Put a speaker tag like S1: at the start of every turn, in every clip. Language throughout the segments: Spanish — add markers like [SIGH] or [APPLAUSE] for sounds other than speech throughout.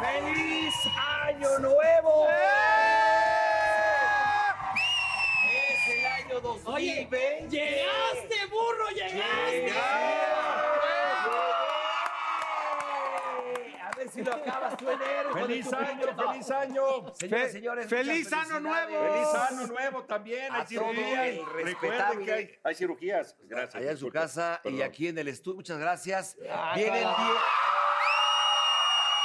S1: ¡Feliz Año Nuevo! Es el año 2020.
S2: ¡Llegaste, burro! ¡Llegaste!
S1: A ver si lo acabas tú en enero.
S3: Feliz año, feliz año.
S1: Señoras,
S3: Fe-
S1: señores,
S3: feliz
S1: muchas
S3: año nuevo.
S1: felicidades.
S3: Feliz año nuevo también.
S1: A
S3: Hay cirugías.
S1: todo el
S3: Recuerden que hay,
S1: respetable.
S3: hay cirugías. Gracias.
S1: Allá en su
S3: disculpa.
S1: casa y
S3: Perdón. Ah,
S1: aquí en el estudio. Muchas gracias. Vienen bien.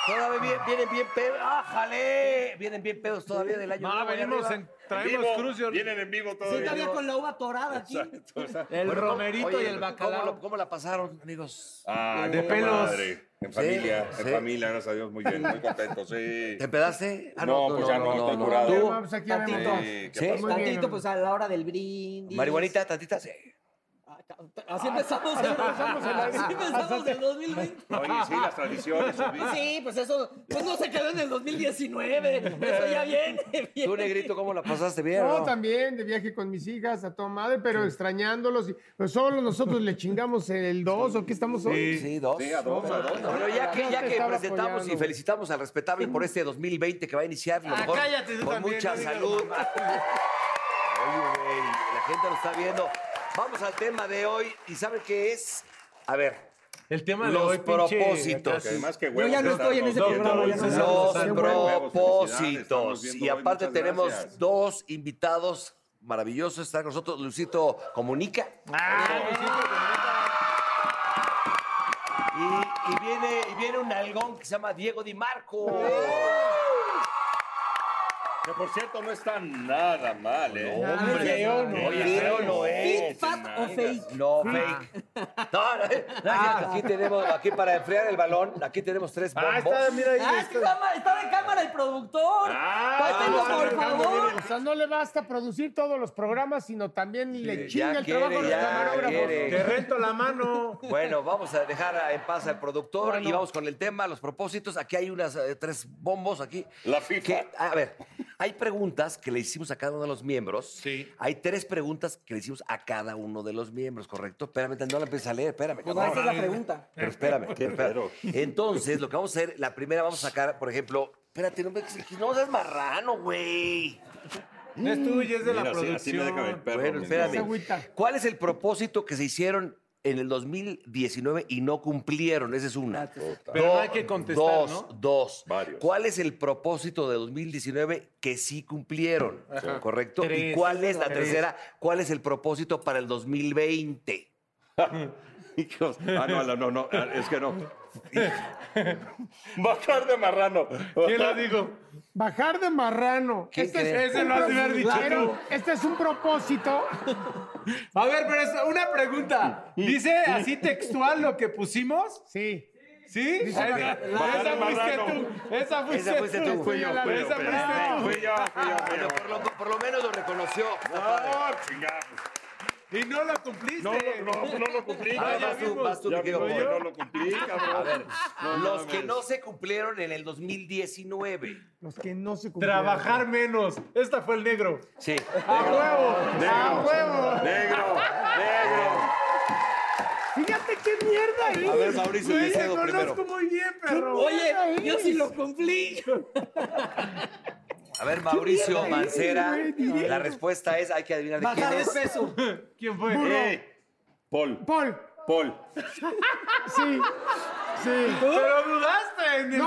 S1: Todavía bien, vienen bien pedos. ¡Ájale! Vienen bien pedos todavía del año
S4: No,
S1: nuevo. allá
S4: venimos
S1: arriba.
S4: en, traemos
S3: Vivo,
S4: crucio.
S3: Vienen en vivo
S2: Sí,
S3: todavía.
S2: todavía con la uva torada aquí.
S4: El
S1: Bueno, ¿cómo-
S4: romerito
S1: oye,
S4: y el
S1: ¿cómo,
S4: bacalao.
S1: lo- cómo la pasaron, amigos?
S3: Ah,
S4: De
S3: no,
S4: pelos.
S3: madre. En
S1: Sí,
S3: familia,
S1: sí.
S3: en familia, gracias a Dios, muy bien, muy contento, sí.
S1: ¿Te empedaste? Ah,
S3: No, pues ya no, estoy curado.
S1: ¿Tú?
S4: No, pues aquí ya
S2: Tantito.
S4: vemos.
S3: Sí,
S1: Sí.
S3: ¿qué pasó?
S2: Tantito, pues a la hora del brindis.
S1: Marihuanita, tantita, sí.
S2: Ah, ca- Así empezamos, Ah, así empezamos el, así empezamos el 2020.
S3: Oye, sí, las tradiciones. sí.
S2: Sí, pues eso, pues no se quedó en el [LAUGHS] 2019. Eso ya viene.
S1: ¿Tú,
S2: viene.
S1: negrito, cómo la pasaste bien?
S4: No,
S1: no?
S4: también de viaje con mis hijas a toda madre, pero extrañándolos. y- Pero solo nosotros le chingamos el 2 o qué estamos hoy.
S1: Sí, dos.
S3: Sí, a dos, a dos.
S1: Bueno, ya que, ya
S4: Te
S1: que
S4: estaba
S1: presentamos y
S4: apoyando.
S1: felicitamos al respetable por este 2020 que va a iniciar lo
S4: Ah,
S1: mejor,
S4: cállate tú
S1: con
S4: también,
S1: mucha
S4: no digas
S1: salud. Oye, güey, la gente lo está viendo. Vamos al tema de hoy y ¿saben qué es? A ver,
S4: El tema de
S1: Los
S4: hoy, pinche,
S1: propósitos.
S4: acá sí.
S3: Además, que
S2: Yo
S3: huevos.
S2: ya no
S3: estar
S2: estoy en
S3: todos
S2: ese
S3: bien.
S2: programa, ya no
S1: los
S2: Huevos,
S3: pues, Huevos, felicidades, estamos
S1: propósitos.
S3: viendo
S1: Y
S3: hoy,
S1: aparte
S3: muchas
S1: tenemos
S3: gracias.
S1: dos invitados maravillosos. Está con nosotros Lucito Comunica. Y, y viene, y viene un algón que se llama Diego Di Marco.
S3: Que por cierto, no está nada mal, ¿eh?
S1: hombre.
S3: Feo no
S1: Oye,
S3: es.
S1: feo no
S2: Fit,
S1: es.
S2: fat o fake.
S1: No, fake. No, no, no, aquí tenemos, aquí para enfriar el balón, aquí tenemos tres bombos.
S4: Ah, está, mira ahí.
S2: Ah, es que está, está de cámara el productor.
S3: Ah,
S2: Pásenlo,
S3: está
S2: por
S3: marcando,
S2: favor.
S4: O sea, no le basta producir todos los programas, sino también le chinga
S1: ya
S4: el trabajo a
S1: quiere,
S4: los
S1: ya
S4: camarógrafos.
S1: quiere.
S4: Te rento la mano.
S1: Bueno, vamos a dejar en paz al productor
S4: Bueno.
S1: y vamos con el tema, los propósitos. Aquí hay unas eh, tres bombos aquí.
S3: La FIFA.
S1: Que, a ver, hay preguntas que le hicimos a cada uno de los miembros. Sí. Hay tres preguntas que le hicimos a cada uno de los miembros, ¿correcto? Espérame, no la empieces a leer, espérame.
S2: Pues
S1: cabrón.
S2: esa es la pregunta.
S1: Pero espérame, espérame. Entonces, lo que vamos a hacer, la primera vamos a sacar, por ejemplo, espérate, no me no seas marrano, güey.
S4: No es tuya, es de la
S3: Mira, así-
S4: producción.
S3: así me deja mi perro,
S1: Bueno,
S3: mi
S1: espérame.
S4: Esa
S3: perro.
S4: agüita.
S1: ¿Cuál es el propósito que se hicieron en el 2019 y no cumplieron? Esa es una.
S4: Pero
S1: Do-
S4: hay que contestar,
S1: Dos,
S4: ¿no?
S1: dos.
S3: Varios.
S1: ¿Cuál es el propósito de 2019 que sí cumplieron? ¿Correcto? ¿Y
S4: Tres.
S1: cuál es la
S4: Tres.
S1: tercera? ¿Cuál es el propósito para el 2020?
S3: [LAUGHS] Hijos. Ah, no, no, no, no, ah, es que no. Bajar de marrano.
S4: ¿Quién lo dijo?
S5: Bajar de marrano. Este
S1: ¿Quién cree?
S4: Ese lo
S5: un
S4: has de haber dicho
S5: pero
S4: tú.
S5: Este es un propósito.
S4: A ver, pero es una pregunta. ¿Dice así textual lo que pusimos?
S5: Sí.
S4: ¿Sí? Esa, esa fuiste tú. Esa fuiste,
S1: Esa fuiste tú.
S4: Fui yo,
S5: Esa
S4: fui yo,
S5: fuiste
S4: fui
S5: tú.
S1: Bueno,
S3: Fui yo, fui yo, fui yo. Ah,
S1: por, lo, por lo menos lo reconoció. Está padre.
S3: No, chingados.
S4: yo. Y no la cumpliste.
S3: No, no, no lo cumplí.
S1: A ver,
S3: Ah, ya
S1: vas tú,
S3: vimos.
S1: vas tú,
S3: Ya
S1: mi querido
S3: vimos que
S1: Paul.
S3: no lo cumplí, cabrón.
S1: A ver, los que
S3: mames.
S1: no se cumplieron en el 2019.
S5: Los que no se cumplieron.
S4: Trabajar menos. Esta fue el negro.
S1: Sí.
S4: ¡A huevo! ¡A huevo!
S3: Negro, negro.
S5: Fíjate qué mierda
S1: A
S5: es.
S1: ver, Mauricio,
S4: Güey,
S1: te
S4: te
S1: cedo primero.
S4: conozco muy bien, perro.
S2: Oye, yo sí lo cumplí.
S1: A ver, Mauricio
S5: mierda eres,
S1: Mancera,
S5: güey, directo.
S1: la respuesta es, hay que adivinar de quién
S2: Bajar de
S1: es.
S2: peso.
S4: ¿Quién fue?
S3: Ey, Paul,
S5: Paul.
S3: Paul.
S5: Sí. Sí.
S4: Pero dudaste,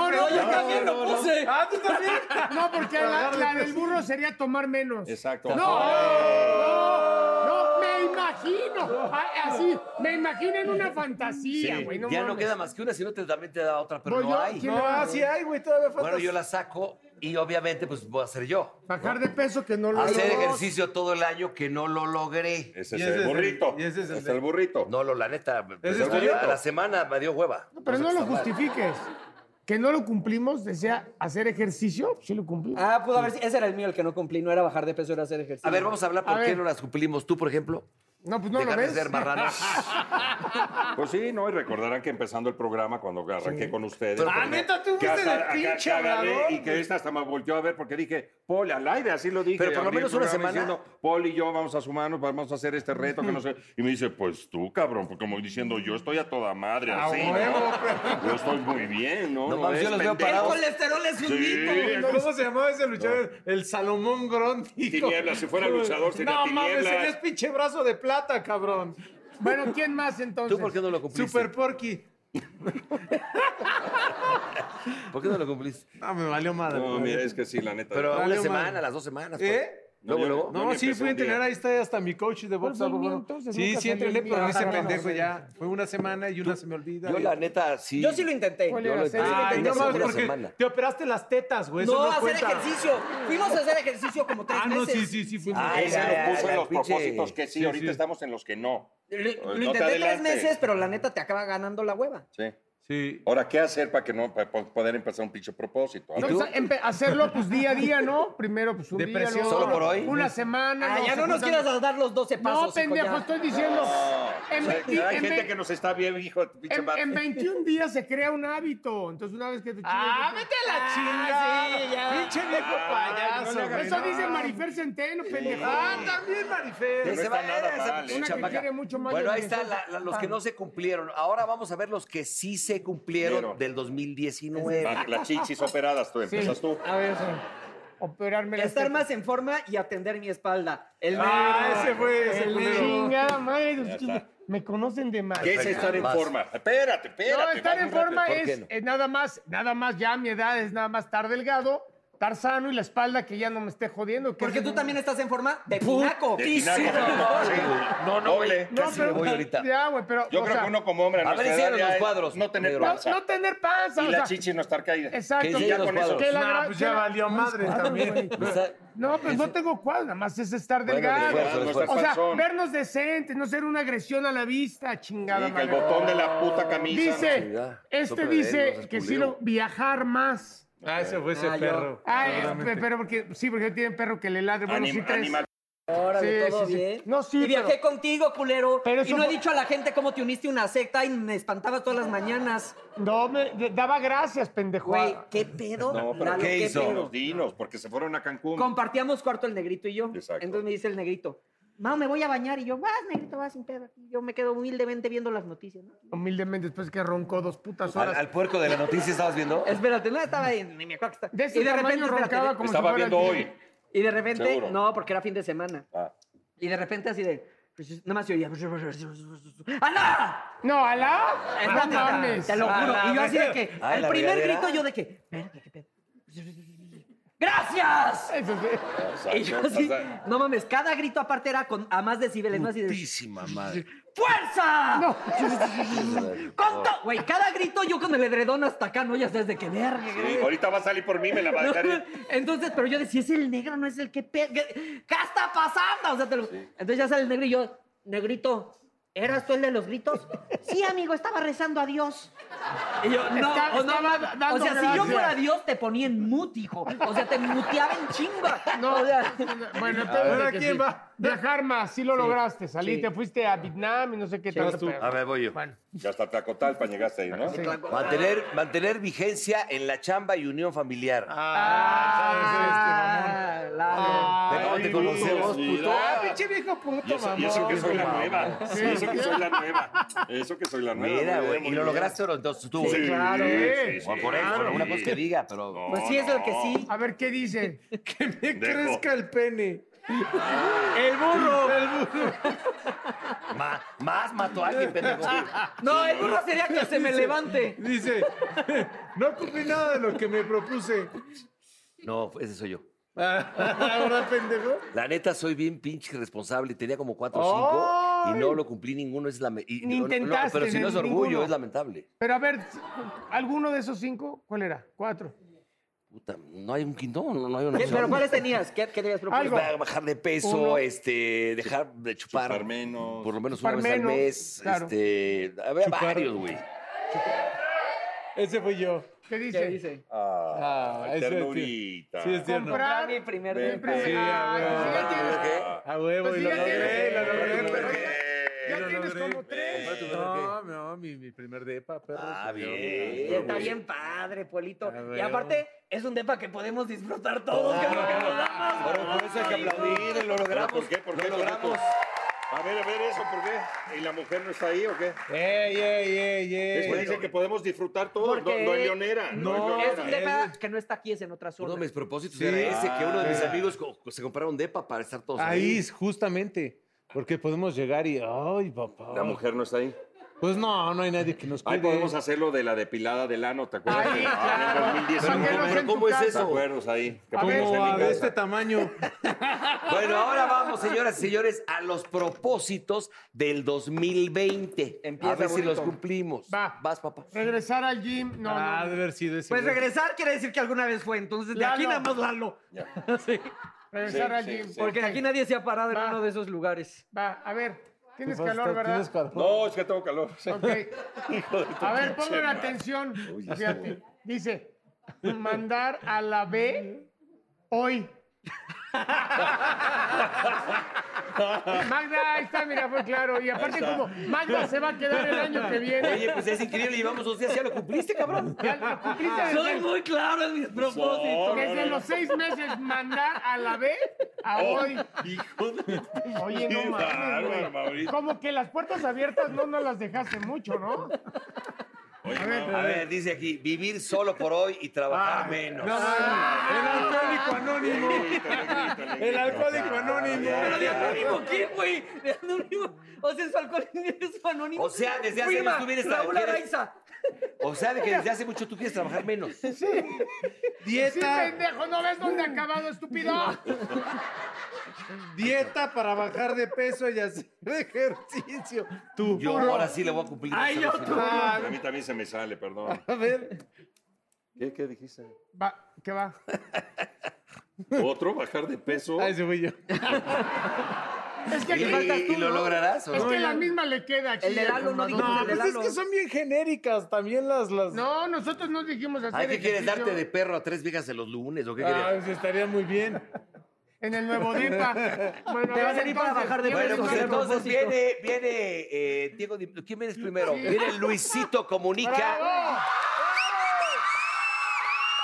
S2: también lo puse.
S4: Ah, tú también. No, porque la, la del burro sería tomar menos.
S3: Exacto.
S4: No, no, no, me imagino. A- Así, me imagino en una fantasía,
S3: Sí,
S4: güey. no
S1: ya no
S4: mames.
S1: queda más que una, si no te, también te da otra, pero
S4: Voy
S1: no
S4: yo,
S1: hay.
S4: ¿quién
S1: No.
S4: le va a
S6: No,
S4: dar?
S6: sí hay, güey, todavía falta.
S1: Bueno, yo la saco y obviamente pues voy a hacer yo.
S4: Bajar de peso que no lo
S1: Hacer
S4: logro.
S1: ejercicio todo el año que no lo logré.
S3: Ese
S7: Y
S3: es
S7: ese es
S3: el
S7: el-
S3: burrito.
S7: y ese es el
S3: Este
S7: de-
S3: el burrito.
S1: No, lo, la neta,
S7: ¿Es
S1: me-
S3: estudio?
S1: a la semana me dio hueva.
S4: Pero
S1: sé
S4: no
S1: qué
S4: lo
S1: Pues está mal.
S4: justifiques. Que no lo cumplimos, decía hacer ejercicio, sí lo cumplimos.
S2: Ah, pudo haber sido. Ese era el mío, el que no cumplí. No era bajar de peso, era hacer ejercicio.
S1: A ver, vamos a hablar
S4: A
S1: por qué
S4: ver.
S1: no las cumplimos tú, por ejemplo.
S4: No, pues no lo
S1: Dejar de
S4: ves.
S1: ser marrano.
S4: [LAUGHS]
S3: Pues sí, no, y recordarán que empezando el programa, cuando arranqué con ustedes.
S1: Pero-
S3: porque-
S4: Ah, neta, tú
S3: que
S4: fuiste
S3: hasta-
S4: de
S3: acá-
S4: pinche
S3: que agarré
S4: hablador.
S3: Y que esta hasta me volteó a ver porque dije, Poli, al aire, así lo dije.
S1: Pero por lo
S3: Abrí el
S1: menos una
S3: programa
S1: semana.
S3: Diciendo, Poli y yo vamos a sumarnos, vamos a hacer este reto que no sé. Y me dice, pues tú, cabrón, porque como diciendo, yo estoy a toda madre, así, ¿no? Yo estoy muy bien, ¿no?
S1: No
S3: ¿No
S1: mames, yo
S3: ves,
S1: los veo
S3: pendejo?
S2: El
S1: parados.
S2: colesterol es un
S3: Sí.
S2: mito.
S7: ¿Cómo se llamaba ese luchador? El Salomón Gronti.
S3: Tinieblas, si fuera luchador sería
S7: No mames,
S3: tinieblas.
S7: serías pinche brazo de plata, cabrón.
S4: Bueno, ¿quién más entonces?
S1: ¿Tú por qué no lo cumpliste?
S7: Super Porky.
S1: ¿Por qué no lo cumpliste?
S7: No, me valió madre.
S3: No, mira, es que sí, la neta.
S1: Pero a una
S7: Valió
S1: semana,
S7: madre.
S1: las dos semanas. pues.
S7: ¿Eh?
S3: No,
S1: Luego,
S3: yo-
S1: luego.
S3: no,
S7: No,
S3: ni
S7: sí,
S3: empecé
S7: fui a
S3: un día.
S7: entrenar, ahí está hasta mi coach de box.
S4: fue el
S7: algo
S4: mío,
S7: bueno.
S4: entonces,
S7: Sí,
S4: nunca
S7: sí
S4: salió
S7: entrené,
S4: el mío.
S7: pero ese
S4: Ajá,
S7: pendejo
S4: no,
S7: ya. Fue una semana y una se me olvida.
S1: Yo
S7: y-
S1: la neta, sí.
S2: Yo sí lo intenté.
S4: ¿Cuál
S1: Yo lo
S4: era?
S1: intenté
S4: Hacer
S7: Ay,
S1: una
S7: no mames,
S1: sola
S7: porque
S1: semana.
S7: te operaste las tetas, güey. Pues eso
S2: No, hacer
S7: cuenta.
S2: ejercicio. Fuimos a hacer ejercicio como tres
S7: Ah, no,
S2: meses.
S7: sí, sí, sí, fuimos.
S1: Ay,
S3: Ese
S1: ay,
S3: lo puso
S1: ay,
S3: en
S1: ay,
S3: los
S1: pinche-
S3: propósitos que sí,
S7: Sí,
S3: ahorita
S7: sí.
S3: estamos en los que no.
S2: Lo, lo
S3: No te
S2: intenté tres
S3: adelantes.
S2: meses, pero la neta te acaba ganando la hueva.
S3: Sí.
S7: Sí.
S3: Ahora, ¿qué hacer para que no para poder empezar un pinche propósito?
S4: No, pues, empe- hacerlo pues día a día, ¿no? Primero pues un día,
S7: Depresión.
S4: luego
S1: ¿Solo por hoy?
S4: Una semana.
S2: Ah, ya no nos
S4: se
S2: quieras
S4: juntan-
S2: dar los 12 pasos.
S4: No,
S2: hijo,
S4: pendejo,
S2: ya.
S4: estoy diciendo. en-
S3: Hay
S4: y- en
S3: gente
S4: ve-
S3: que nos está bien, hijo de pinche
S4: En,
S3: madre.
S4: en 21 días se crea un hábito. Entonces, una vez que te chingas.
S7: Ah,
S4: ya te-
S7: vete a la
S2: Ah,
S7: chingada.
S2: sí, ya.
S7: Pinche viejo
S3: no
S7: payaso.
S3: le hagas
S7: güey,
S4: Eso
S7: no.
S4: dice Marifer Centeno, pendejo.
S7: Ah, también
S1: Que
S7: Marifer.
S3: no
S1: se
S3: está
S1: va-
S3: nada
S1: esa
S3: mal, ¿eh?
S1: pinche
S3: Una que
S1: chamaca.
S4: quiere mucho más
S1: Bueno,
S4: de
S1: ahí
S4: mi
S1: están
S4: hija.
S1: la- la- los que no se cumplieron. Ahora vamos a ver los que sí se cumplieron
S3: Pero-
S1: del 2019.
S3: Ah, Las chichis operadas, tú empiezas tú.
S4: A ver, eso. Operarme la
S2: Estar más en forma y atender mi espalda. El
S7: Ah,
S2: negro.
S7: ese fue ese
S4: El
S7: culero.
S4: chingada madre. pues,
S3: está.
S4: Me conocen de más.
S3: ¿Qué es estar en
S1: Vas.
S3: forma? Espérate, espérate.
S4: No, estar en
S3: imagínate.
S4: forma
S1: ¿por qué
S4: es,
S1: no?
S4: es nada más, nada más ya a mi edad es nada más estar delgado, estar sano y la espalda que ya no me esté jodiendo. que
S2: Porque
S4: es-
S2: tú también estás en forma de pinaco.
S3: De tinaco. Sí, güey.
S1: No, no,
S3: Doble.
S1: güey. Casi me
S4: [LAUGHS]
S1: voy ahorita.
S4: Ya, güey, pero.
S3: Yo
S4: o
S3: creo
S4: sea,
S3: que uno como hombre a
S1: a ver,
S3: nuestra
S1: enséñanos
S3: edad ya
S1: los
S3: es
S1: cuadros,
S3: No tener
S1: negro.
S3: panza.
S4: No, no tener panza.
S3: Y
S4: o
S3: la
S4: sea,
S3: chichi no estar caída.
S4: Exacto.
S1: Que
S3: ya con eso.
S4: Que la
S7: Nah,
S4: gra-
S7: pues
S4: que
S7: ya
S4: la-
S7: valió madre
S4: cuadros,
S7: también.
S4: güey.
S1: Me está-
S4: No, pues no tengo cuadro, nada más es estar delgado.
S1: esfuerzo,
S3: No estar
S1: esfuerzo.
S4: O sea,
S3: panzón.
S4: vernos decentes, no ser una agresión a la vista, chingada
S3: Y que el
S4: madre.
S3: botón de la puta camisa.
S4: Dice,
S1: chingada.
S4: este
S1: Sopla de él, no
S4: dice
S1: seas
S4: que sí
S1: culero.
S4: lo viajar más.
S7: Ah, ese fue ese
S2: Ah, yo.
S7: perro.
S4: Ay,
S7: Seguramente.
S4: pero porque sí, porque tiene perro que le ladre. Bueno,
S3: Anim-
S4: sí, tres.
S3: animal.
S2: Órale,
S4: Sí,
S2: todo
S4: sí, sí.
S2: bien.
S4: No, sí,
S2: Y viajé
S4: pero-
S2: contigo, culero.
S4: Pero
S2: y
S4: eso
S2: no he
S4: fue-
S2: dicho a la gente cómo te uniste a una secta y me espantabas todas las mañanas.
S4: No, me me daba gracias, pendejo.
S2: Güey, ¿qué pedo?
S3: No, pero
S2: Lalo,
S3: ¿qué
S2: pedo?
S3: hizo? Dinos, porque se fueron a Cancún.
S2: Compartíamos cuarto el negrito y yo.
S3: Exacto.
S2: Entonces me dice el negrito, Mau, me voy a bañar. Y yo, vas, negrito, vas sin pedo. aquí". Yo me quedo humildemente viendo las noticias. ¿no?
S4: Humildemente, después que roncó dos
S1: [LAUGHS]
S4: putas
S1: Al,
S4: horas.
S1: al puerco de la noticia estabas viendo.
S2: Espérate, no estaba ahí, ni me acuerdo que estaba.
S4: de ese
S2: y de repente, espérate,
S4: roncaba como
S3: Estaba
S4: si fuera
S3: viendo
S4: el-
S3: hoy.
S2: y de repente,
S3: Seguro.
S2: no, porque era fin de semana.
S3: Ah.
S2: Y de repente así de, pues, nada más yo oía. pues, ¡Alá!
S4: No, alá. No
S2: ¡Ah, Espérate,
S4: mames.
S2: Te lo juro. y yo así de que,
S1: Ah,
S2: al
S1: la
S2: primer
S1: regadera.
S2: grito yo de que, espérate, qué pedo. ¡Gracias!
S4: Eso sí.
S2: Y yo
S3: Exacto.
S2: así,
S3: Hasta-
S2: no mames, cada grito aparte era con, a más decibeles, más y de,
S1: Putísima madre.
S2: ¡Fuerza! [LAUGHS] Con to- Güey, cada grito yo con el edredón hasta acá, ¿no? Ya sabes de qué verga.
S3: Sí, ahorita va a salir por mí, me la va a
S2: ¿no?
S3: dejar. ir.
S2: [LAUGHS] Entonces, pero yo decía, es el negro, no es el que... pe- ¿Qué, qué está pasando? O sea, te lo- Entonces ya sale el negro y yo, negrito, ¿eras tú el de
S4: [LAUGHS]
S2: los gritos? sí, amigo, estaba rezando a Dios. Y yo, no,
S4: Está-
S2: o no,
S4: estaba
S2: no.
S4: dando
S2: O sea, si yo
S4: gracias.
S2: fuera Dios, te ponía en mute, hijo. O sea, te muteaba en chinga.
S4: No,
S2: O [LAUGHS] sea,
S4: bueno, entonces.
S7: ver,
S4: que
S7: ¿quién
S4: sí.
S7: va?
S4: Viajar más, sí lo lograste. Salí,
S2: sí.
S4: te fuiste a Vietnam y no sé qué tanto. pedo.
S1: A ver, voy yo.
S3: Ya hasta Tlacotalpan llegaste ahí, ¿no?
S1: Mantener, mantener vigencia en la chamba y unión familiar.
S2: Ah, la-
S1: ¿De cómo te
S3: Ay, Ah,
S1: conocemos,
S3: Dios,
S1: puto?
S3: mira.
S7: Pinche viejo puto,
S3: Y eso, y eso que soy la nueva. Y eso que soy la nueva. Eso que soy la nueva.
S1: Mira,
S3: muy bien,
S1: güey.
S3: muy
S1: Y lo
S3: bien.
S1: lograste, ¿no? entonces tú.
S3: Sí,
S4: claro.
S3: sí, sí,
S1: O por eso,
S3: claro.
S1: una cosa que diga, pero.
S3: No,
S2: Pues sí, es lo que sí.
S4: A ver, ¿qué dice?
S7: que me
S3: Dejo.
S7: crezca el pene.
S2: El burro.
S1: Ma- más mató a alguien, pendejo.
S2: No, el burro sería que se me
S7: Dice-
S2: levante.
S7: Dice, [LAUGHS] no cumplí nada de lo que me propuse.
S1: No, ese soy yo.
S7: Ahora, pendejo.
S1: La neta, soy bien pinche irresponsable. Tenía como cuatro o cinco y no lo cumplí ninguno. Es lame- y-
S4: Ni
S1: no, no,
S4: intentaste,
S1: pero si no es
S4: ninguno.
S1: orgullo, es lamentable.
S4: Pero a ver, ¿alguno de esos cinco? ¿Cuál era? Cuatro.
S1: Puta, no hay un quinto, no, no hay una
S2: ¿Qué-
S1: opción.
S2: ¿Pero cuáles tenías? ¿Qué, qué tenías propuesto?
S4: Algo.
S1: Va a Bajar de peso,
S4: Uno.
S1: este, dejar de chupar.
S3: Chupar menos.
S1: Por lo menos
S4: Chupar
S1: una vez
S4: menos,
S1: al mes.
S4: claro.
S1: Este, había
S7: Chupar.
S1: varios, güey.
S7: Ese fui yo.
S4: ¿Qué dice?
S2: ¿Qué dice?
S3: Ah,
S7: Ah, ese es
S3: ternurita.
S7: Sí, es tierno.
S2: Comprar
S4: Comprar.
S2: mi primer
S3: Ven,
S2: día.
S4: Eh,
S3: ven.
S7: Sí, a huevo.
S3: Ah,
S7: A huevo,
S4: Pues
S7: y
S4: sí,
S7: lo
S4: ya
S3: Eh,
S7: logré,
S4: tienes-
S7: lo Eh, logré,
S4: ya
S7: perro.
S4: Ya
S7: Lo
S4: tienes
S7: logré.
S4: como tres.
S7: No, no, mi, mi primer depa, perro.
S1: Ah,
S7: soy yo.
S1: bien.
S2: Está bien padre, Polito.
S7: A
S2: Y
S7: huevo.
S2: aparte, es un depa que podemos disfrutar todos, que es lo que nos damos.
S1: Pero por eso hay que aplaudir, lo logramos.
S3: ¿Por qué? ¿Por qué?
S1: Lo
S3: ¿Por qué?
S1: logramos.
S3: A ver, a ver, eso, ¿por qué? ¿Y la mujer no está ahí o qué?
S7: Ey, ey, ey,
S3: Después
S7: ey.
S3: dice que podemos disfrutar todo. No,
S2: Porque-
S3: no es leonera.
S7: No,
S3: es
S2: Es
S3: leonera.
S2: un depa que no está aquí, es en otra
S1: Uno
S2: zona.
S1: de mis propósitos
S7: Sí.
S1: era ese, que uno de mis
S7: Ah.
S1: amigos co- se compraron depa para estar todos
S7: Ahí, es justamente. Porque podemos llegar y. ¡Ay, papá!
S3: La mujer no está ahí.
S7: Pues no, no hay nadie que nos cuide.
S3: Ahí podemos hacerlo de la depilada del ano, ¿te acuerdas?
S4: Ahí,
S3: Ah,
S4: eh. claro.
S3: En 2019.
S4: Para que no sea en tu
S3: ¿Cómo es
S4: casa.
S3: eso? ¿Te acuerdas ahí? Que
S4: A ver,
S3: podemos
S7: Como
S3: en mi
S7: a de
S3: casa.
S7: este tamaño.
S1: Bueno, ahora vamos, señoras y señores, a los propósitos del 2020.
S2: Empieza,
S1: a ver si
S2: bonito.
S1: los cumplimos.
S4: Va.
S1: Vas, papá.
S4: Regresar al gym. No,
S7: ah,
S4: no,
S7: de haber sido ese.
S2: Pues
S7: güey.
S2: regresar quiere decir que alguna vez fue, entonces de aquí
S4: Lalo.
S2: nada más Lalo.
S3: Ya.
S2: [LAUGHS] Sí,
S4: Regresar
S3: Sí,
S4: al
S3: sí,
S4: gym.
S3: sí.
S2: porque
S4: Ok.
S2: aquí nadie se ha parado en
S4: Va.
S2: uno de esos lugares.
S4: Va, a ver. Tienes
S7: Vas a
S4: calor,
S7: estar-
S4: ¿verdad?
S7: Tienes calor.
S3: No, es que tengo calor. [LAUGHS]
S4: Ok. A ver, pongan atención. Fíjate. Dice, mandar a la B hoy. Magda, ahí está, mira, fue claro. Y aparte, como Magda se va a quedar el año que viene.
S1: Oye, pues es increíble, llevamos dos días, ya lo cumpliste, cabrón.
S4: ya lo cumpliste desde,
S2: Soy muy claro en mis propósitos.
S4: desde los seis meses, mandar a la B a hoy.
S3: Hijo de...
S4: Oye,
S3: Qué
S4: no mames.
S3: bárbaro,
S4: güey.
S3: Mauricio.
S4: Como que las puertas abiertas no nos las dejaste mucho, ¿no?
S3: Oye, no,
S1: A ver, dice aquí, vivir solo por hoy y trabajar menos.
S7: No, mames, El alcohólico anónimo. El alcohólico anónimo.
S2: Pero
S1: [LAUGHS]
S2: de anónimo, ¿qué, güey? De anónimo. O sea, su [LAUGHS] alcoholismo anónimo.
S1: O sea, desde hace
S2: Firma,
S1: años tú vienes a-
S2: Raúl
S1: quieres-
S2: Araiza.
S1: O sea, de que desde hace mucho tú quieres trabajar menos.
S4: Sí,
S7: Dieta,
S4: pendejo, ¿no ves dónde ha acabado, estúpido?
S7: dieta para bajar de peso y hacer ejercicio. Tú.
S1: Yo ahora sí le voy a cumplir.
S2: Ay,
S1: Esa
S2: yo
S1: no
S2: tú.
S1: sé.
S3: A mí también se me sale, perdón.
S7: A ver.
S3: ¿Qué, qué dijiste?
S4: Va, ¿qué va?
S3: ¿Otro? ¿Bajar de peso?
S7: Ah, ese fui yo.
S4: Es que
S1: ¿Y,
S4: aquí faltas
S1: y-
S4: tú,
S1: y lo
S4: ¿no?
S1: lograrás? ¿o
S4: Es
S1: no?
S4: que la misma le queda aquí.
S2: El de Lalo no
S4: hermano.
S2: dijo
S7: No,
S2: el de
S7: pues es
S2: Lalo.
S7: que son bien genéricas también las. las...
S4: No, nosotros no dijimos hacer
S1: Ay, ¿qué quieres?
S4: ejercicio
S1: ¿Darte de perro a tres viejas de los lunes o qué
S7: Ah,
S1: querías?
S7: pues estaría muy bien.
S4: En el nuevo
S2: [LAUGHS]
S4: DIPA. Bueno,
S2: Te
S4: a
S2: vas
S4: ver,
S2: a ir para
S4: entonces,
S2: bajar de
S4: ¿quién
S1: Bueno,
S4: es
S2: peso,
S4: el
S1: pues
S2: Ese
S4: nuevo?
S1: entonces
S2: propósito.
S1: viene, viene eh, Diego. Di- ¿Quién vienes primero? Viene Luisito Comunica.
S4: ¡Bravo!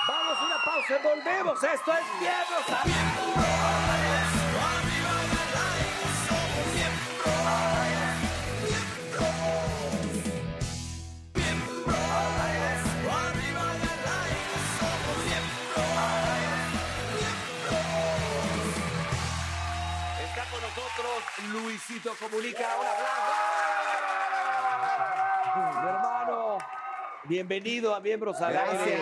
S1: Vamos a una pausa y volvemos. Esto es Miembros al Aire. Está con nosotros Luisito Comunica. Un aplauso. Mi hermano, bienvenido a Miembros al Aire.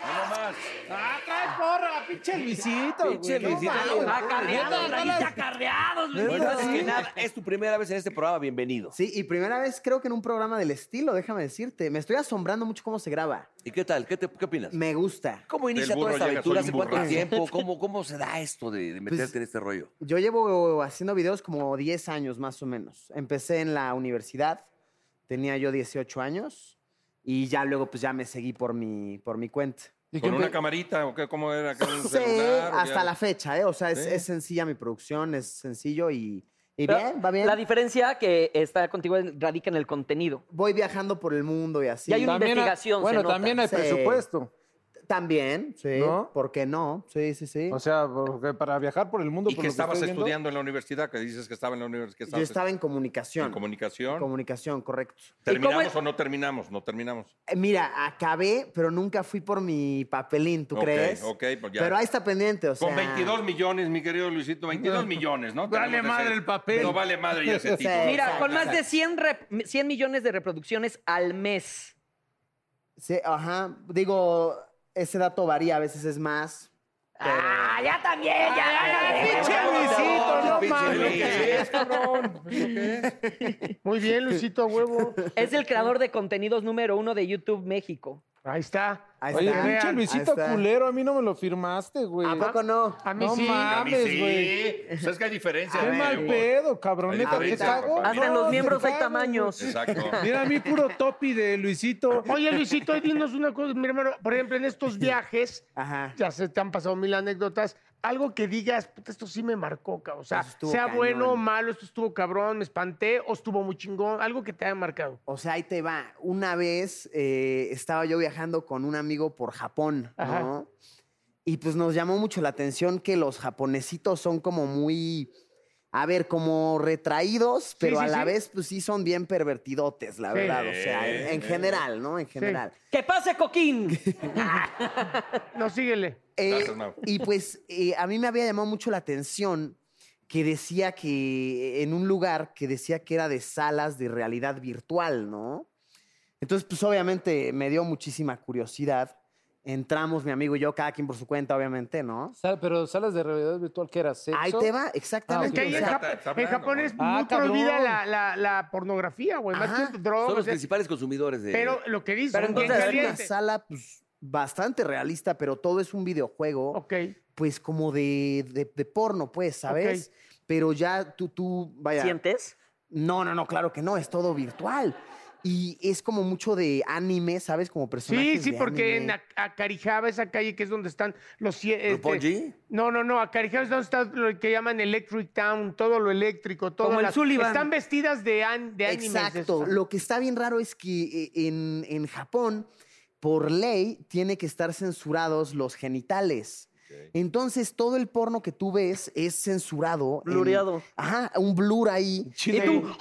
S3: No más.
S7: Ah, trae porra, pinche Luisito.
S1: Pinche
S7: güey, no
S1: Luisito.
S7: mames.
S2: Acarreados, trajiste acarreados,
S1: Bueno,
S2: Luisito.
S1: antes que nada, es tu primera vez en este programa, bienvenido.
S8: Sí, y primera vez creo que en un programa del estilo, déjame decirte. Me estoy asombrando mucho cómo se graba.
S1: ¿Y qué tal? ¿Qué, te- qué opinas?
S8: Me gusta.
S1: ¿Cómo inicia
S3: Del burro
S1: toda esta
S3: llega,
S1: aventura?
S3: soy
S1: ¿Hace
S3: un
S1: cuánto
S3: burrazo. [LAUGHS]
S1: tiempo? ¿Cómo, ¿Cómo se da esto de, de meterte
S8: Pues-
S1: en este rollo?
S8: Yo llevo haciendo videos como 10 años más o menos. Empecé en la universidad, tenía yo 18 años y ya luego pues ya me seguí por mi, por mi cuenta.
S3: ¿Con una camarita o qué? ¿Cómo era? ¿Con un
S8: Sí,
S3: celular o qué
S8: hasta
S3: era?
S8: la fecha, ¿eh? O sea, es,
S3: Sí.
S8: es sencilla mi producción, es sencillo y, y
S2: Pero
S8: bien, va bien.
S2: La diferencia que está contigo radica en el contenido.
S8: Voy viajando por el mundo y así.
S2: Y hay un-
S7: También hay-
S2: investigación se
S7: Bueno,
S2: nota.
S7: también hay
S8: Sí.
S7: presupuesto.
S8: También, sí.
S9: ¿No?
S8: ¿Por qué no? Sí, sí, sí.
S9: O sea, porque para viajar por el mundo.
S7: pues,
S10: ¿Y
S9: por
S10: que
S9: lo
S10: estabas
S9: estoy viendo,
S10: estudiando en la universidad? Que dices que estaba en la universidad.
S8: Yo estaba en comunicación.
S10: en comunicación.
S8: Comunicación, correcto.
S10: ¿Terminamos o no terminamos? No terminamos.
S8: Eh, Mira, acabé, pero nunca fui por mi papelín, ¿tú
S10: Ok,
S8: crees?
S10: ok, pues ya.
S8: Pero ahí está pendiente, o sea.
S10: Con 22 millones, mi querido Luisito, 22 millones, ¿no?
S2: Vale
S10: Tenemos
S2: madre
S10: ese-
S2: el papel.
S10: No vale madre ya ese título.
S2: Mira, con más de 100, rep- 100 millones de reproducciones al mes.
S8: Sí, ajá. Digo, ese dato varía, a veces es más.
S2: Ah, ya también, ya.
S4: Muy bien, Luisito, a huevo.
S2: Es el creador de contenidos número uno de YouTube México.
S4: Ahí está.
S8: Ahí
S9: Oye,
S8: está.
S9: pinche
S8: Ahí
S9: Luisito
S8: está.
S9: culero, a mí no me lo firmaste, güey.
S8: ¿A poco no?
S4: A mí
S9: no
S4: sí.
S10: A mí
S9: mames, güey.
S10: sí. O sea, es que hay diferencia.
S9: Qué
S10: de
S9: mal
S10: humor.
S9: pedo, cabrón.
S10: Hay
S9: Neta, ¿te
S10: diferencia,
S9: cago?
S10: papá.
S2: Hasta en los miembros hay tamaños.
S10: Exacto.
S9: Mira, a mí
S2: [LAUGHS]
S9: puro topi de Luisito.
S4: Oye, Luisito, y dinos una cosa, mi hermano, por ejemplo, en estos viajes,
S8: Ajá.
S4: ya se te han pasado mil anécdotas, algo que digas, puta, esto sí me marcó, cabrón. O sea,
S8: Eso estuvo
S4: sea
S8: cañón.
S4: bueno o malo, esto estuvo cabrón, me espanté, o estuvo muy chingón, algo que te haya marcado.
S8: O sea, ahí te va. Una vez eh, estaba yo viajando con un amigo por Japón, ¿no?
S4: Ajá.
S8: Y pues nos llamó mucho la atención que los japonesitos son como muy, a ver, como retraídos, pero
S4: sí,
S8: a la
S4: sí.
S8: vez pues sí son bien pervertidotes, la
S4: Sí.
S8: verdad. O sea, en, en
S10: Sí.
S8: general, ¿no? En general.
S2: ¡Que pase, Coquín!
S4: No, síguele.
S8: Eh,
S10: Gracias, Mau.
S8: y pues eh, a mí me había llamado mucho la atención que decía que en un lugar que decía que era de salas de realidad virtual, ¿no? Entonces, pues obviamente me dio muchísima curiosidad. Entramos, mi amigo y yo, cada quien por su cuenta, obviamente, ¿no?
S9: Sal- Pero salas de realidad virtual, ¿qué era? ¿Sexo?
S8: Ahí te va,
S4: Es que
S8: exactamente.
S7: Ah,
S4: ahí
S8: o
S4: en,
S8: sea,
S4: Jap-
S10: está
S4: en
S10: hablando,
S4: Japón es
S9: Ah,
S4: muy
S9: cabrón.
S4: prohibida la, la- la pornografía, güey. Más
S8: Ajá.
S4: que drogas.
S1: Son los
S4: o sea,
S1: principales consumidores de.
S4: pero lo que dices,
S2: Pero
S4: bien
S2: entonces,
S8: es una
S4: caliente.
S8: sala pues, bastante realista, pero todo es un videojuego.
S4: Ok.
S8: Pues como de, de- de porno, pues, ¿sabes? Pero ya tú, tú, vaya.
S2: ¿Sientes?
S8: No, no, no, claro que no, es todo virtual. Y es como mucho de anime, ¿sabes? Como
S4: Sí,
S8: personajes
S4: sí,
S8: de
S4: porque en
S8: anime.
S4: Ac- Akarijaba, esa calle que es donde están los... cie- este-
S1: ¿Roppongi?
S4: No, no, no. Akarijaba es donde está lo que llaman Electric Town, todo lo eléctrico, todo.
S2: Como el Sullivan.
S4: Están vestidas de, an, de animes.
S8: Exacto.
S4: estas.
S8: Lo que está bien raro es que eh, en, en Japón, por ley, tiene que estar censurados los genitales. Entonces, todo el porno que tú ves es censurado. en-
S2: Blureado.
S8: ajá, un blur ahí.
S9: Chido.
S8: Y tú,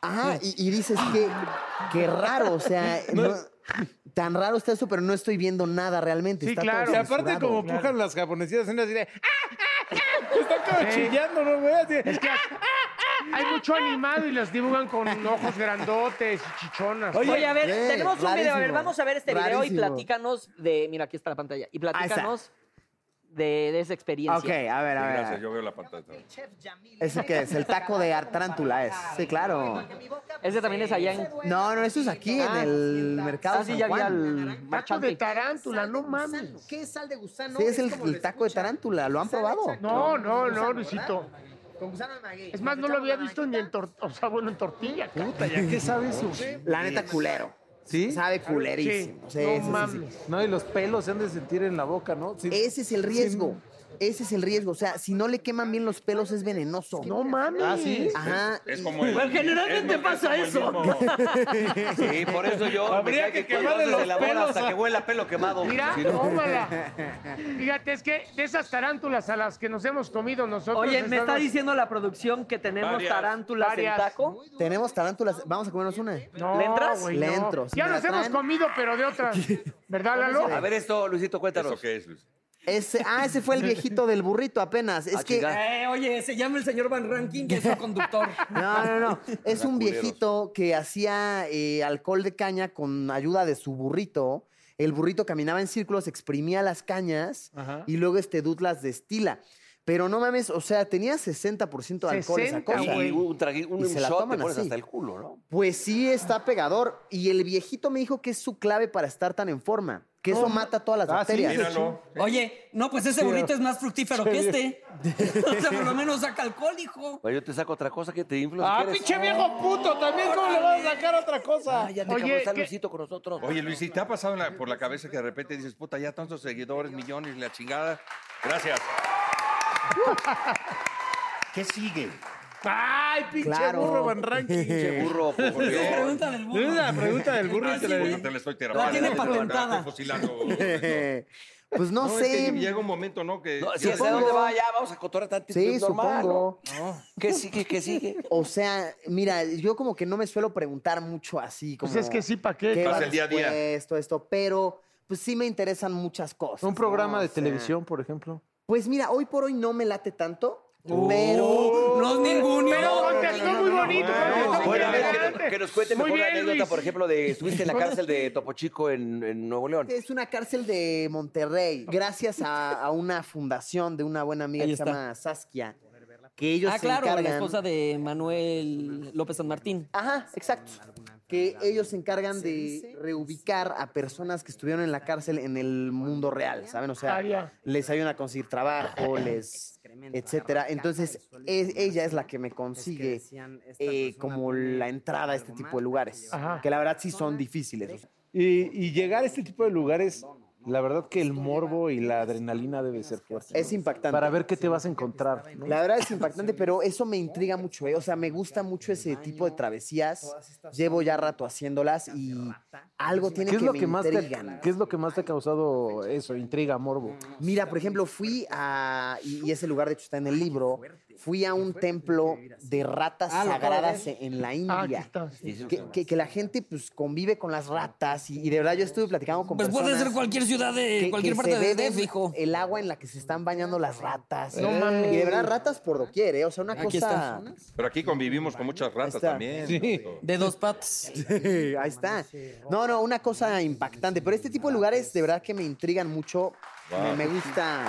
S8: Ajá, y, y dices que qué raro, o sea, no- tan raro está eso, pero no estoy viendo nada realmente.
S4: Sí,
S8: está
S4: claro.
S8: todo
S9: Y aparte,
S8: censurado.
S9: como pujan las japonesitas en así de. "Ah, ah, ah", Están como chillando, ¿no, güey? Así de,
S4: Hay mucho animado y las dibujan con ojos grandotes y chichonas.
S2: Oye, a ver,
S8: eh,
S2: tenemos un video. A ver,
S8: rarísimo,
S2: vamos a ver este video y
S8: rarísimo.
S2: platícanos de. Mira, aquí está la pantalla. Y
S8: está.
S2: platícanos de, de esa experiencia.
S8: Ok, a ver, a ver. a
S10: Gracias,
S8: ver.
S10: yo veo la pantalla.
S8: ¿Ese qué es? El taco de Artrántula es. Sí, claro.
S2: Ese también es allá en.
S8: No, no, eso es aquí, en
S2: Ah.
S8: el mercado.
S2: Ah, sí,
S8: San
S2: ya vi
S8: Juan.
S2: al
S4: Taco de
S2: marchante.
S4: tarántula, no mames.
S11: ¿Qué es sal de gusano?
S8: Sí, es el,
S11: como
S8: el
S11: lo
S8: taco de
S11: escuchan.
S8: tarántula, ¿lo han
S11: Sal-
S8: probado?
S11: exacto,
S4: No,
S11: con
S4: no,
S11: gusano,
S4: no,
S11: ¿verdad?
S4: Luisito.
S11: Con gusano de maguey.
S4: Es más, no lo había visto ni en tortilla. O sea, bueno, en tortilla. cabrón.
S9: Puta, ¿ya qué sabes?
S8: La neta, culero.
S9: ¿Sí?
S8: Sabe culerísimo. Sí,
S4: no
S8: sí, sí, sí.
S4: mames.
S9: No, y los pelos se han de sentir en la boca, ¿no? Sí.
S8: Ese es el riesgo. Ese es el riesgo. O sea, si no le queman bien los pelos, es venenoso.
S4: No mames.
S9: Ah, sí.
S8: Ajá.
S10: Es
S8: y-
S10: como el.
S2: Bueno, generalmente pasa eso.
S10: Sí, por eso yo.
S9: Habría que quemarle los pelos a-
S10: huela pelo quemado.
S4: Mira,
S8: [LAUGHS]
S4: tómala. Fíjate, es que de esas tarántulas a las que nos hemos comido nosotros.
S2: [LAUGHS] Oye, me está
S4: estamos-
S2: diciendo la producción que tenemos
S10: Varias,
S2: tarántulas
S4: varias.
S2: en taco.
S8: Tenemos tarántulas. Vamos a comernos una.
S4: No,
S2: ¿Le entras?
S4: güey,
S8: Le
S4: no.
S8: entro. Si
S4: Ya
S8: me la
S4: nos hemos
S8: traen-
S4: comido, pero de otras.
S8: [LAUGHS]
S4: ¿Verdad, Lalo?
S1: A ver esto, Luisito, cuéntanos.
S10: ¿Eso qué es, Luis?
S8: Ese, ah, ese fue el viejito del burrito apenas. Es
S1: Ah,
S8: que
S1: chinga.
S11: Eh, oye, se llama el señor Van Ranking, que es su conductor.
S8: No, no, no. Es un
S10: culeros.
S8: viejito que hacía eh, alcohol de caña con ayuda de su burrito. El burrito caminaba en círculos, exprimía las cañas y luego este dude las destila. Pero no mames, o sea, tenía 60% de alcohol esa
S4: 60,
S8: cosa.
S1: Y un, tragui- un
S8: Y se la
S1: shot te
S8: toman
S1: pones
S8: así.
S1: hasta el culo, ¿no?
S8: Pues sí, está pegador. Y el viejito me dijo que es su clave para estar tan en forma. Que eso mata todas las
S9: Ah, sí,
S8: bacterias.
S10: Míralo.
S11: Oye, no, pues ese burrito es más fructífero que este.
S8: [LAUGHS]
S11: O sea, por lo menos saca alcohol, hijo.
S1: Bueno, yo te saco otra cosa que te inflo.
S9: Ah,
S1: si quieres.
S9: pinche viejo puto, también cómo le vas a sacar otra cosa.
S1: Ah, ya te
S4: Oye,
S1: acabó de estar
S4: ¿qué?
S1: Luisito con nosotros.
S10: Oye, Luis, ¿y te ha pasado en la- por la cabeza que de repente dices, puta, ya tantos seguidores, millones, la chingada? Gracias. ¿Qué sigue?
S4: ¡Ay,
S8: pinche Claro. burro Van
S4: Ranking!
S12: Pinche burro, por Dios.
S4: pregunta del burro.
S13: Es la pregunta del
S3: Ah,
S13: burro y te la-
S12: No te la estoy
S13: La tiene patentada.
S8: [LAUGHS] Pues
S12: No,
S8: no,
S12: es
S3: este
S8: sé.
S12: que llega un momento, ¿no? Que
S1: No,
S12: ya
S1: sí,
S12: sabes
S1: ¿a dónde
S12: dónde
S1: va? Ya vamos a cotorrear tantito.
S8: Sí,
S1: es normal,
S8: supongo.
S1: ¿no? ¿Qué sigue? ¿Qué sigue?
S8: [LAUGHS] O sea, mira, yo como que no me suelo preguntar mucho así. Como,
S4: Pues es que sí, ¿pa' qué?
S8: va
S4: Pasa el día a día.
S8: después, Esto, esto, pero pues sí me interesan muchas cosas.
S7: Un programa
S8: ¿no?
S7: de
S8: O sea,
S7: televisión, por ejemplo.
S8: Pues mira, hoy por hoy no me late tanto,
S7: Oh.
S8: pero...
S7: No es ninguno. Pero contestó muy bonito,
S8: no,
S1: Bueno, a ver, que,
S8: interesante.
S1: nos- que nos cuente
S8: Muy
S1: mejor la
S8: bien,
S1: anécdota,
S8: Luis.
S1: por ejemplo, de estuviste en la cárcel de Topo Chico en, en Nuevo León.
S8: Es una cárcel de Monterrey, gracias a, a una fundación de una buena amiga
S2: Ahí
S8: que se
S2: está.
S8: llama Saskia, que ellos
S2: ah,
S8: se
S2: claro,
S8: encargan...
S2: la esposa de Manuel López San Martín.
S8: Ajá, exacto. Que ellos se encargan de reubicar a personas que estuvieron en la cárcel en el mundo real, ¿saben? O sea,
S4: Ah, ya.
S8: les ayudan a
S4: [CLEARS THROAT]
S8: conseguir trabajo, les etcétera. Entonces, es- ella es la que me consigue eh, como la entrada a este tipo de lugares, que la verdad sí son difíciles. o sea.
S7: Y, y llegar a este tipo de lugares, la verdad que el morbo y la adrenalina debe ser fuerte.
S8: Es impactante.
S7: Para ver qué te vas a encontrar. ¿no?
S8: La verdad es impactante, pero eso me intriga mucho, ¿eh? O sea, me gusta mucho ese tipo de travesías. Llevo ya rato haciéndolas y algo tiene
S7: ¿Qué es,
S8: que
S7: lo
S8: me
S7: que más
S8: intrigan.
S7: te, ¿Qué es lo que más te ha causado eso, intriga, morbo?
S8: Mira, por ejemplo, fui a, y, y ese lugar de hecho está en el libro, fui a un templo de ratas
S4: Ah, lo acabo de
S8: sagradas
S4: ver.
S8: en la
S4: Ah, aquí
S8: India.
S4: está.
S8: Que, que- que la gente pues convive con las ratas y, y de verdad yo estuve platicando con
S2: Pues puede
S8: personas
S2: ser cualquier ciudad de- cualquier
S8: se
S2: parte de
S8: beben
S2: DF, hijo.
S8: El agua en la que se están bañando las ratas.
S12: No mames.
S8: Y de verdad ratas por doquier, ¿eh? O sea, una
S12: Aquí
S8: cosa... [LAUGHS]
S12: Pero aquí convivimos con muchas ratas
S8: está.
S12: también.
S8: De dos patas. ahí está. No, no, una cosa impactante. Pero este tipo de lugares de verdad que me intrigan mucho.
S1: Wow.
S8: Me, me gusta.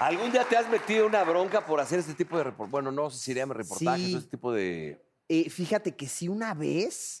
S1: ¿Algún día te has metido una bronca por hacer este tipo de reportajes? Bueno, no sé si llaman reportajes,
S8: Sí.
S1: o este tipo de...
S8: Eh, fíjate que si una vez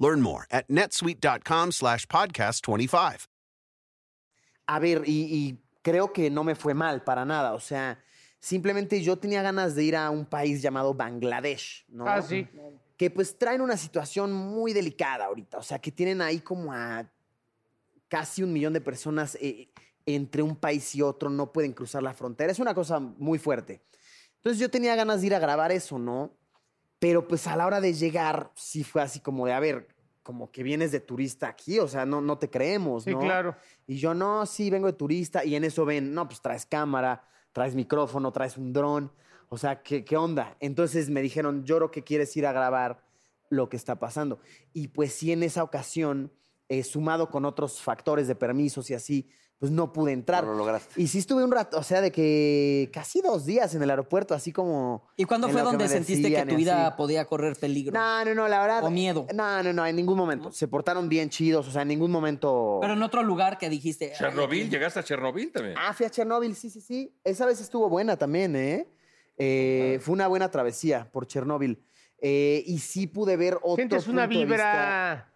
S14: Learn more at netsuite.com slash podcast 25.
S8: A ver, y, y creo que no me fue mal para nada. O sea, simplemente yo tenía ganas de ir a un país llamado Bangladesh, ¿no?
S4: Ah, sí.
S8: Que pues traen una situación muy delicada ahorita. O sea, que tienen ahí como a casi un millón de personas eh, entre un país y otro, no pueden cruzar la frontera. Es una cosa muy fuerte. Entonces yo tenía ganas de ir a grabar eso, ¿no? Pero pues a la hora de llegar, sí fue así como de, a ver, como que vienes de turista aquí, o sea, no, no te creemos,
S4: Sí,
S8: ¿no?
S4: claro.
S8: Y yo, no, sí, vengo de turista. Y en eso ven, no, pues traes cámara, traes micrófono, traes un dron. O sea, ¿qué, qué onda? Entonces me dijeron, yo creo que quieres ir a grabar lo que está pasando. Y pues sí, en esa ocasión, eh, sumado con otros factores de permisos y así, pues no pude entrar.
S1: No lo lograste.
S8: Y sí estuve un rato, o sea, de que casi dos días en el aeropuerto, así como...
S2: ¿Y cuándo
S8: en
S2: fue
S8: lo que
S2: donde
S8: me
S2: sentiste que
S8: decían y
S2: tu vida
S8: así.
S2: podía correr peligro?
S8: No, no, no, la verdad...
S2: O miedo.
S8: No, no, no, en ningún momento. Se portaron bien chidos, o sea, en ningún momento...
S2: Pero en otro lugar que dijiste.
S12: Chernobyl, llegaste a Chernobyl también.
S8: Ah, fui a Chernóbil, sí, sí, sí. Esa vez estuvo buena también, ¿eh? Eh, Fue una buena travesía por Chernóbil. Eh, y sí pude ver otro
S4: ¿Sientes una
S8: punto de vista.
S4: vibra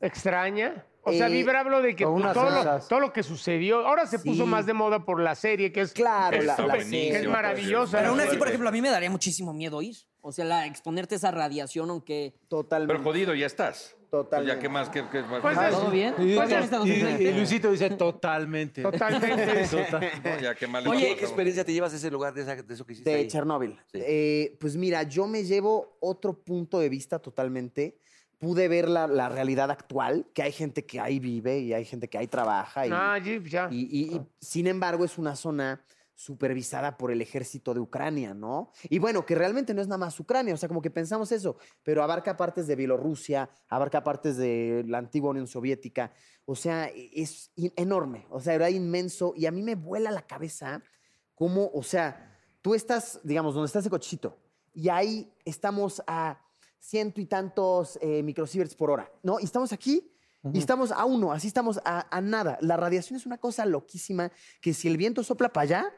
S4: extraña? O sea,
S8: Eh,
S4: Vibra habló de que
S8: con
S4: pues,
S8: unas
S4: todo, lo,
S8: salsas.
S4: todo lo que sucedió, ahora se puso más de moda por la serie, que es
S8: claro,
S2: la- la
S4: que es maravillosa.
S2: Pero aún así, por ejemplo, a mí me daría muchísimo miedo ir. O sea, la, exponerte a esa radiación, aunque.
S8: Totalmente.
S3: Pero jodido, ya estás. Pues
S8: Totalmente.
S3: Ya, ¿qué más? ¿Qué, qué más?
S2: Pues es- ¿Todo bien?
S7: Y,
S2: Pues ya estamos
S7: y-
S2: en
S7: y Luisito dice
S4: [LAUGHS]
S7: totalmente.
S3: Totalmente.
S7: Total-
S3: No, ya, qué mal.
S1: Oye,
S3: entorno.
S1: ¿qué experiencia te llevas de ese lugar, de, esa- de eso que hiciste?
S8: De
S1: ahí?
S8: Chernóbil.
S1: Sí.
S8: Eh, pues mira, yo me llevo otro punto de vista totalmente. Pude ver la, la realidad actual, que hay gente que ahí vive y hay gente que ahí trabaja. Y,
S4: Ah, sí, ya.
S8: y- y- y, sin embargo, es una zona supervisada por el ejército de Ucrania, ¿no? Y bueno, que realmente no es nada más Ucrania, o sea, como que pensamos eso, pero abarca partes de Bielorrusia, abarca partes de la antigua Unión Soviética, o sea, e- es in- enorme, o sea, era inmenso y a mí me vuela la cabeza cómo, o sea, tú estás, digamos, donde está ese cochecito y ahí estamos a ciento y tantos eh, microsieverts por hora, ¿no? Y estamos aquí y estamos a uno, así estamos a, a nada. La radiación es una cosa loquísima que si el viento sopla para allá,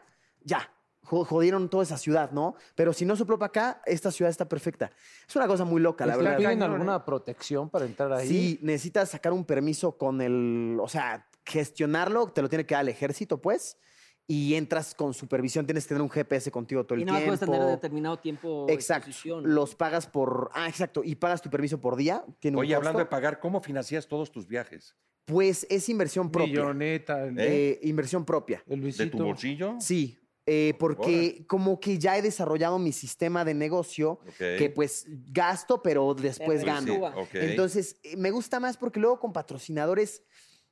S8: ya, jo- jodieron toda esa ciudad, ¿no? Pero si no sopló para acá, esta ciudad está perfecta. Es una cosa muy loca, la
S7: ¿Les
S8: verdad.
S7: piden alguna protección para entrar ahí?
S8: Sí, necesitas sacar un permiso con el, o sea, gestionarlo, te lo tiene que dar el ejército, pues, y entras con supervisión, tienes que tener un GPS contigo todo el
S2: Y nada más
S8: tiempo.
S2: puedes tener determinado tiempo. de
S8: Exacto.
S2: exposición.
S8: Los pagas por. Ah, exacto. Y pagas tu permiso por día. Tiene un
S3: Oye, hablando de
S8: costo.
S3: pagar, ¿cómo financias todos tus viajes?
S8: Pues es inversión propia.
S7: Milloneta.
S8: Eh, inversión propia.
S3: ¿De tu bolsillo?
S8: Sí. eh, porque como que ya he desarrollado mi sistema de negocio que pues gasto, pero después
S2: pues
S3: Te
S8: gano.
S3: reditúa. Ok.
S8: Entonces, eh, me gusta más porque luego con patrocinadores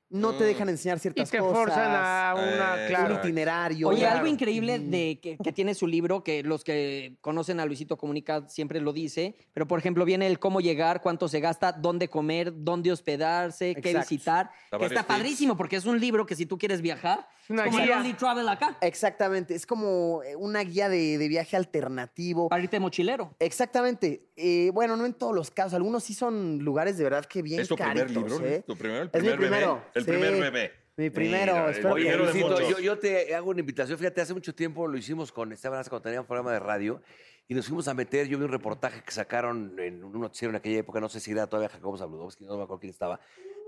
S8: no te
S3: Mm.
S8: dejan enseñar ciertas
S3: te
S8: cosas.
S3: forzan a una- Eh, claro.
S8: Un itinerario.
S2: Oye, algo increíble de que, que tiene su libro, que los que conocen a Luisito Comunica siempre lo dice, pero por ejemplo viene el cómo llegar, cuánto se gasta, dónde comer, dónde hospedarse, qué
S8: Exacto.
S2: visitar.
S8: Da
S2: que
S8: varios
S2: está
S8: tips.
S2: padrísimo porque es un libro que si tú quieres viajar,
S8: una
S2: es como el
S8: guía.
S2: Only Travel acá.
S8: Exactamente, es como eh, una guía de, de viaje alternativo.
S2: Para irte mochilero.
S8: Exactamente. Eh, bueno, no en todos los casos. Algunos sí son lugares de verdad que bien
S3: ¿Es tu primer
S8: caritos,
S3: libro?
S8: ¿eh?
S3: ¿Tu primer, el
S8: Es mi
S3: primer bebé?
S8: primero,
S3: El
S8: sí.
S3: primer bebé.
S8: Mi primero,
S3: Mira, el
S8: espero que-
S1: Oye,
S3: primero de
S1: Luisito,
S3: muchos.
S1: yo, yo te hago una invitación. Fíjate, hace mucho tiempo lo hicimos con Esteban Arce cuando teníamos un programa de radio y nos fuimos a meter. Yo vi un reportaje que sacaron en un noticiero en aquella época, no sé si era todavía Jacobo Zabludovsky, no me acuerdo quién estaba,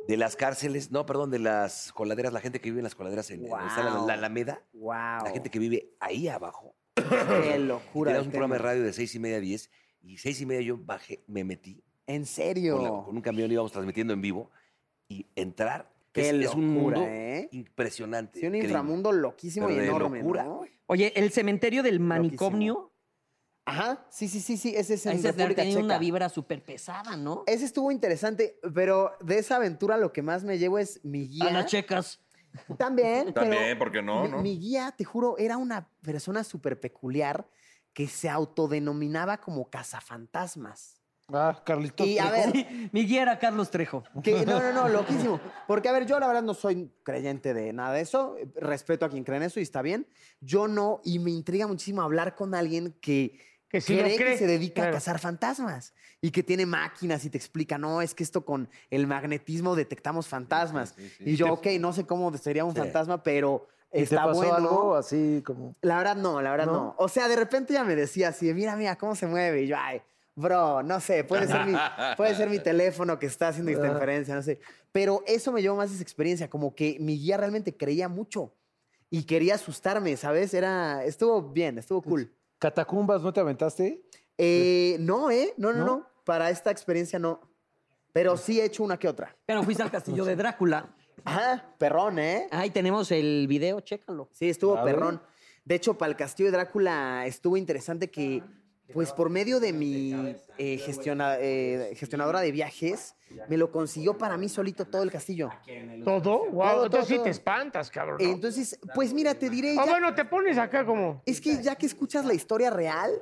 S1: de las cárceles, no, perdón, de las coladeras, la gente que vive en las coladeras en, en-
S8: Wow.
S1: está la, la Alameda,
S8: Wow.
S1: la gente que vive ahí abajo.
S8: Qué locura.
S1: Teníamos
S8: de
S1: un programa de
S8: tema.
S1: radio de seis y media a diez y seis y media yo bajé, me metí
S8: En
S1: con, la-
S8: serio.
S1: con un camión íbamos transmitiendo en vivo y entrar es,
S8: Qué
S1: es un
S8: locura,
S1: mundo
S8: ¿eh?
S1: impresionante.
S8: Sí, un
S1: increíble.
S8: inframundo loquísimo
S1: Pero
S8: y
S1: de
S8: enorme.
S1: locura,
S8: ¿no?
S2: Oye, el cementerio del manicomio,
S8: Ajá, sí, sí, sí, sí. Ese es en
S2: ese es de-
S8: República
S2: tiene una
S8: Checa.
S2: vibra súper pesada, ¿no?
S8: Ese estuvo interesante, pero de esa aventura lo que más me llevo es mi guía.
S2: A las checas.
S1: [LAUGHS]
S8: También, pero
S3: También, porque no,
S8: mi,
S3: ¿no?
S8: mi guía, te juro, era una persona súper peculiar que se autodenominaba como cazafantasmas.
S7: Ah, Carlitos.
S8: Y a ver,
S2: [LAUGHS] Mi guía era Carlos Trejo.
S8: que- no, no, no, loquísimo. Porque, a ver, yo la verdad no soy creyente de nada de eso. eh, Respeto a quien cree en eso y está bien. Yo no, y me intriga muchísimo hablar con alguien que,
S4: Que sí lo
S8: cree
S4: cree,
S8: que se dedica
S4: claro.
S8: a cazar fantasmas y que tiene máquinas y te explica, no, es que esto con el magnetismo detectamos fantasmas. Y yo, ok, no sé cómo sería un
S7: Sí.
S8: fantasma, pero
S7: ¿Y te
S8: está
S7: pasó
S8: bueno.
S7: algo así como?
S8: La verdad no, la verdad
S7: ¿No?
S8: ¿No? O sea, de repente ya me decía así, de, mira, mira, cómo se mueve. Y yo, ay, bro, no sé, puede ser mi, puede ser mi teléfono que está haciendo esta interferencia, no sé. Pero eso me llevó más esa experiencia, como que mi guía realmente creía mucho y quería asustarme, ¿sabes? Era, estuvo bien, estuvo cool.
S7: ¿Catacumbas no te aventaste?
S8: Eh, no, ¿eh? No, no,
S7: ¿No?
S8: no, Para esta experiencia no. Pero sí he hecho una que otra.
S2: Pero fuiste al castillo de Drácula.
S8: Ajá, perrón, ¿eh?
S2: Ahí tenemos el video, chécalo.
S8: Sí, estuvo
S2: A ver.
S8: perrón. De hecho, para el Castillo de Drácula estuvo interesante que, pues por medio de mi eh, gestiona- eh, gestionadora de viajes, me lo consiguió para mí solito todo el castillo.
S4: ¿Todo? Wow,
S8: Todo,
S4: entonces
S8: todo,
S4: sí te
S8: todo.
S4: espantas, cabrón. ¿no?
S8: Entonces, pues mira, te diré.
S4: Ah,
S8: ya-
S4: bueno, te pones acá como...
S8: Es que ya que escuchas la historia real,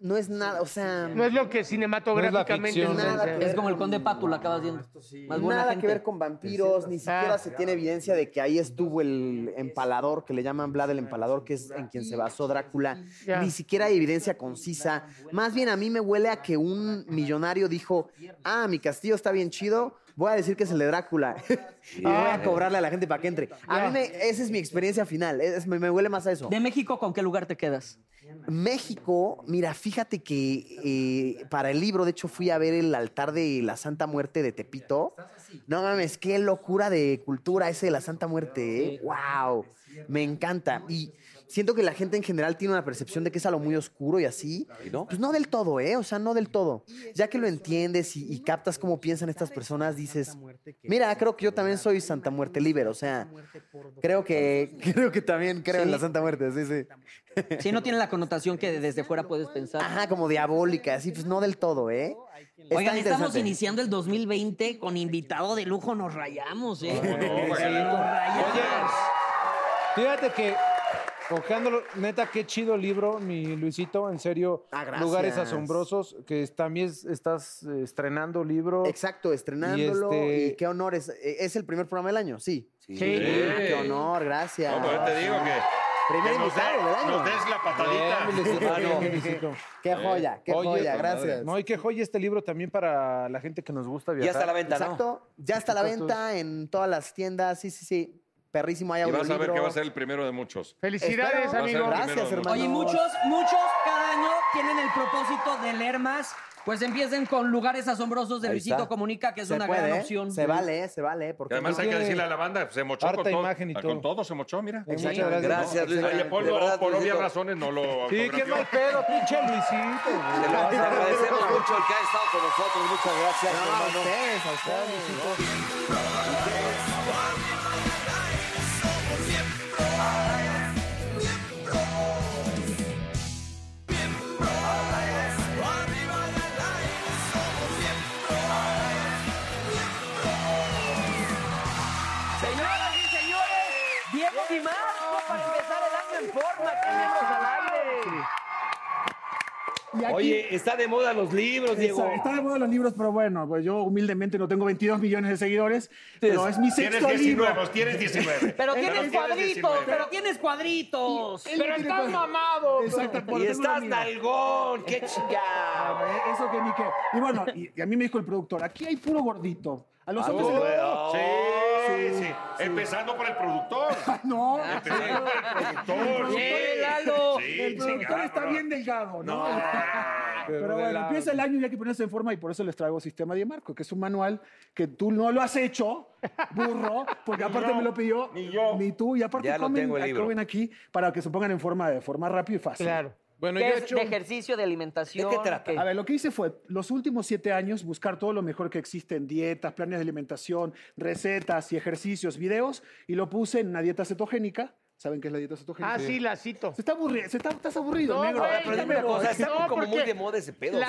S8: no es nada, o sea.
S4: No es lo que cinematográficamente...
S8: No es pues. la ficción,
S4: se-
S8: ¿no?
S2: Es como el conde Pátula acabas viendo. Más buena
S8: Nada
S2: gente.
S8: que ver con vampiros, ni siquiera se tiene evidencia de que ahí estuvo el empalador, que le llaman Vlad el empalador, que es en quien se basó Drácula.
S4: Ya.
S8: Ni siquiera hay evidencia concisa. Más bien a mí me huele a que un millonario dijo, ah, mi castillo está bien chido, voy a decir que es el de Drácula [LAUGHS] y voy a
S2: Ah.
S8: cobrarle a la gente para que entre. A
S2: Ya.
S8: mí me- esa es mi experiencia final, es- me, me huele más a eso.
S2: ¿De México con qué lugar te [LAUGHS] quedas?
S8: México, mira, fíjate que eh, para el libro, de hecho, fui a ver el altar de la Santa Muerte de Tepito. No mames, qué locura de cultura ese de la Santa Muerte, ¿eh? ¡Wow! Me encanta. Y siento que la gente en general tiene una percepción de que es algo muy oscuro y así. Pues no del todo, ¿eh? O sea, no del todo. Ya que lo entiendes y, y captas cómo piensan estas personas, dices, mira, creo que yo también soy Santa Muerte libre, o sea, creo que, [LAUGHS] creo que también creo en la
S2: Sí.
S8: Santa Muerte, sí, sí.
S2: Si no tiene la connotación que desde fuera puedes pensar.
S8: Ajá, como diabólica, así, pues no del todo, ¿eh? Está
S2: Oigan, estamos
S8: interesante.
S2: iniciando el 2020 con invitado de lujo, nos rayamos, ¿eh? [LAUGHS] Sí, nos
S15: Oye,
S2: rayamos.
S15: fíjate que, ojeándolo, neta, qué chido libro, mi Luisito, en serio.
S8: Ah, gracias.
S15: lugares asombrosos, que también es- estás eh, estrenando libro.
S8: Exacto, estrenándolo. Y,
S3: este
S8: qué honor, es, eh, es el primer programa del año, sí. Sí. Qué honor, gracias.
S3: No, pero te digo que.
S8: Primer
S3: que nos
S8: invitado
S3: dé-
S8: del año.
S3: Nos des la
S15: Bien,
S3: patadita.
S15: mi Luisito,
S8: [LAUGHS]
S15: bien, mi Luisito.
S8: Qué joya, qué
S15: Oye,
S8: joya,
S15: madre.
S8: gracias.
S15: No, y qué joya este libro también para la gente que nos gusta viajar.
S8: Exacto, ya está a la venta en todas las tiendas, sí, sí, sí. Perrísimo, hay
S3: Y vas a ver
S8: audiolibro.
S3: que va a ser el primero de muchos.
S8: Felicidades,
S3: Va a ser el
S8: amigo.
S3: primero
S8: Gracias,
S3: de
S8: hermano.
S2: Oye, muchos, muchos cada año tienen el propósito de leer más. Pues empiecen con lugares asombrosos de
S8: Ahí
S2: Luisito
S8: está.
S2: Comunica, que es
S8: Se
S2: una
S8: puede,
S2: gran
S8: ¿eh?
S2: opción.
S8: Se vale, eh, se vale. Porque
S3: Que además hay que decirle a la banda, se mochó
S15: harta
S3: con todo. ah,
S15: imagen y todo.
S3: Con todo se mochó, mira.
S15: Muchas Exacto. gracias. Gracias, Luis.
S3: Oye, Paul,
S15: De
S3: no-
S15: verdad,
S3: por obvias
S15: Luisito.
S3: razones no lo
S15: Sí, qué
S3: autografió.
S15: mal pedo, pinche Luisito. güey.
S1: Le agradecemos [LAUGHS] mucho el que ha estado con nosotros. Muchas gracias,
S15: No,
S1: hermano.
S15: a ustedes,
S8: a ustedes,
S2: Señoras y señores, Diego y más para empezar el año en forma. Tenemos
S7: Y aquí-
S16: Oye, está de moda los libros, Diego.
S7: Exacto, Está de moda los libros, pero bueno, pues yo humildemente no tengo 22 millones de seguidores, pero es mi
S3: Tienes
S7: sexto libro.
S3: 19, tienes
S8: [LAUGHS]
S3: 19.
S2: Pero tienes
S3: tienes
S2: cuadritos,
S3: 19.
S2: pero tienes cuadritos.
S7: Pero estás
S2: mamado.
S7: Exacto, por
S16: Y
S7: tengo una
S16: estás
S7: amiga.
S16: nalgón, qué chingado.
S7: Ah, Eso que ni qué. Y bueno, y, y a mí me dijo el productor, aquí hay puro gordito. A los
S3: Ah,
S15: Oh,
S7: hombres...
S3: tú,
S7: se les-
S3: sí, sí, Empezando por el
S7: [LAUGHS]
S3: productor.
S7: Ah, No.
S3: Empezando por el productor.
S7: Sí,
S3: Lalo.
S7: el productor
S3: chingada,
S7: está
S3: bro.
S7: bien delgado, ¿no?
S3: No.
S7: [LAUGHS] Pero bueno, empieza el año y hay que ponerse en forma y por eso les traigo Sistema de Marco, que es un manual que tú no lo has hecho, burro, porque
S3: [LAUGHS] Ni
S7: aparte
S3: yo,
S7: me lo pidió ni, tú y aparte
S3: Ya lo
S7: comen,
S3: tengo el libro.
S7: comen aquí para que se pongan en forma de forma rápida y fácil.
S2: Claro. ¿Qué es de ejercicio, de alimentación. que-
S7: A ver, lo que hice fue, los últimos siete años, buscar todo lo mejor que existe en dietas, planes de alimentación, recetas y ejercicios, videos, y lo puse en una dieta cetogénica. ¿Saben qué es la dieta cetogénica?
S4: Ah, sí, la cito.
S7: Se está aburrido, se está, estás aburrido,
S4: No,
S7: negro.
S4: güey,
S7: Pero
S4: ya
S7: dime
S4: me
S7: vos.
S4: voy. No, porque La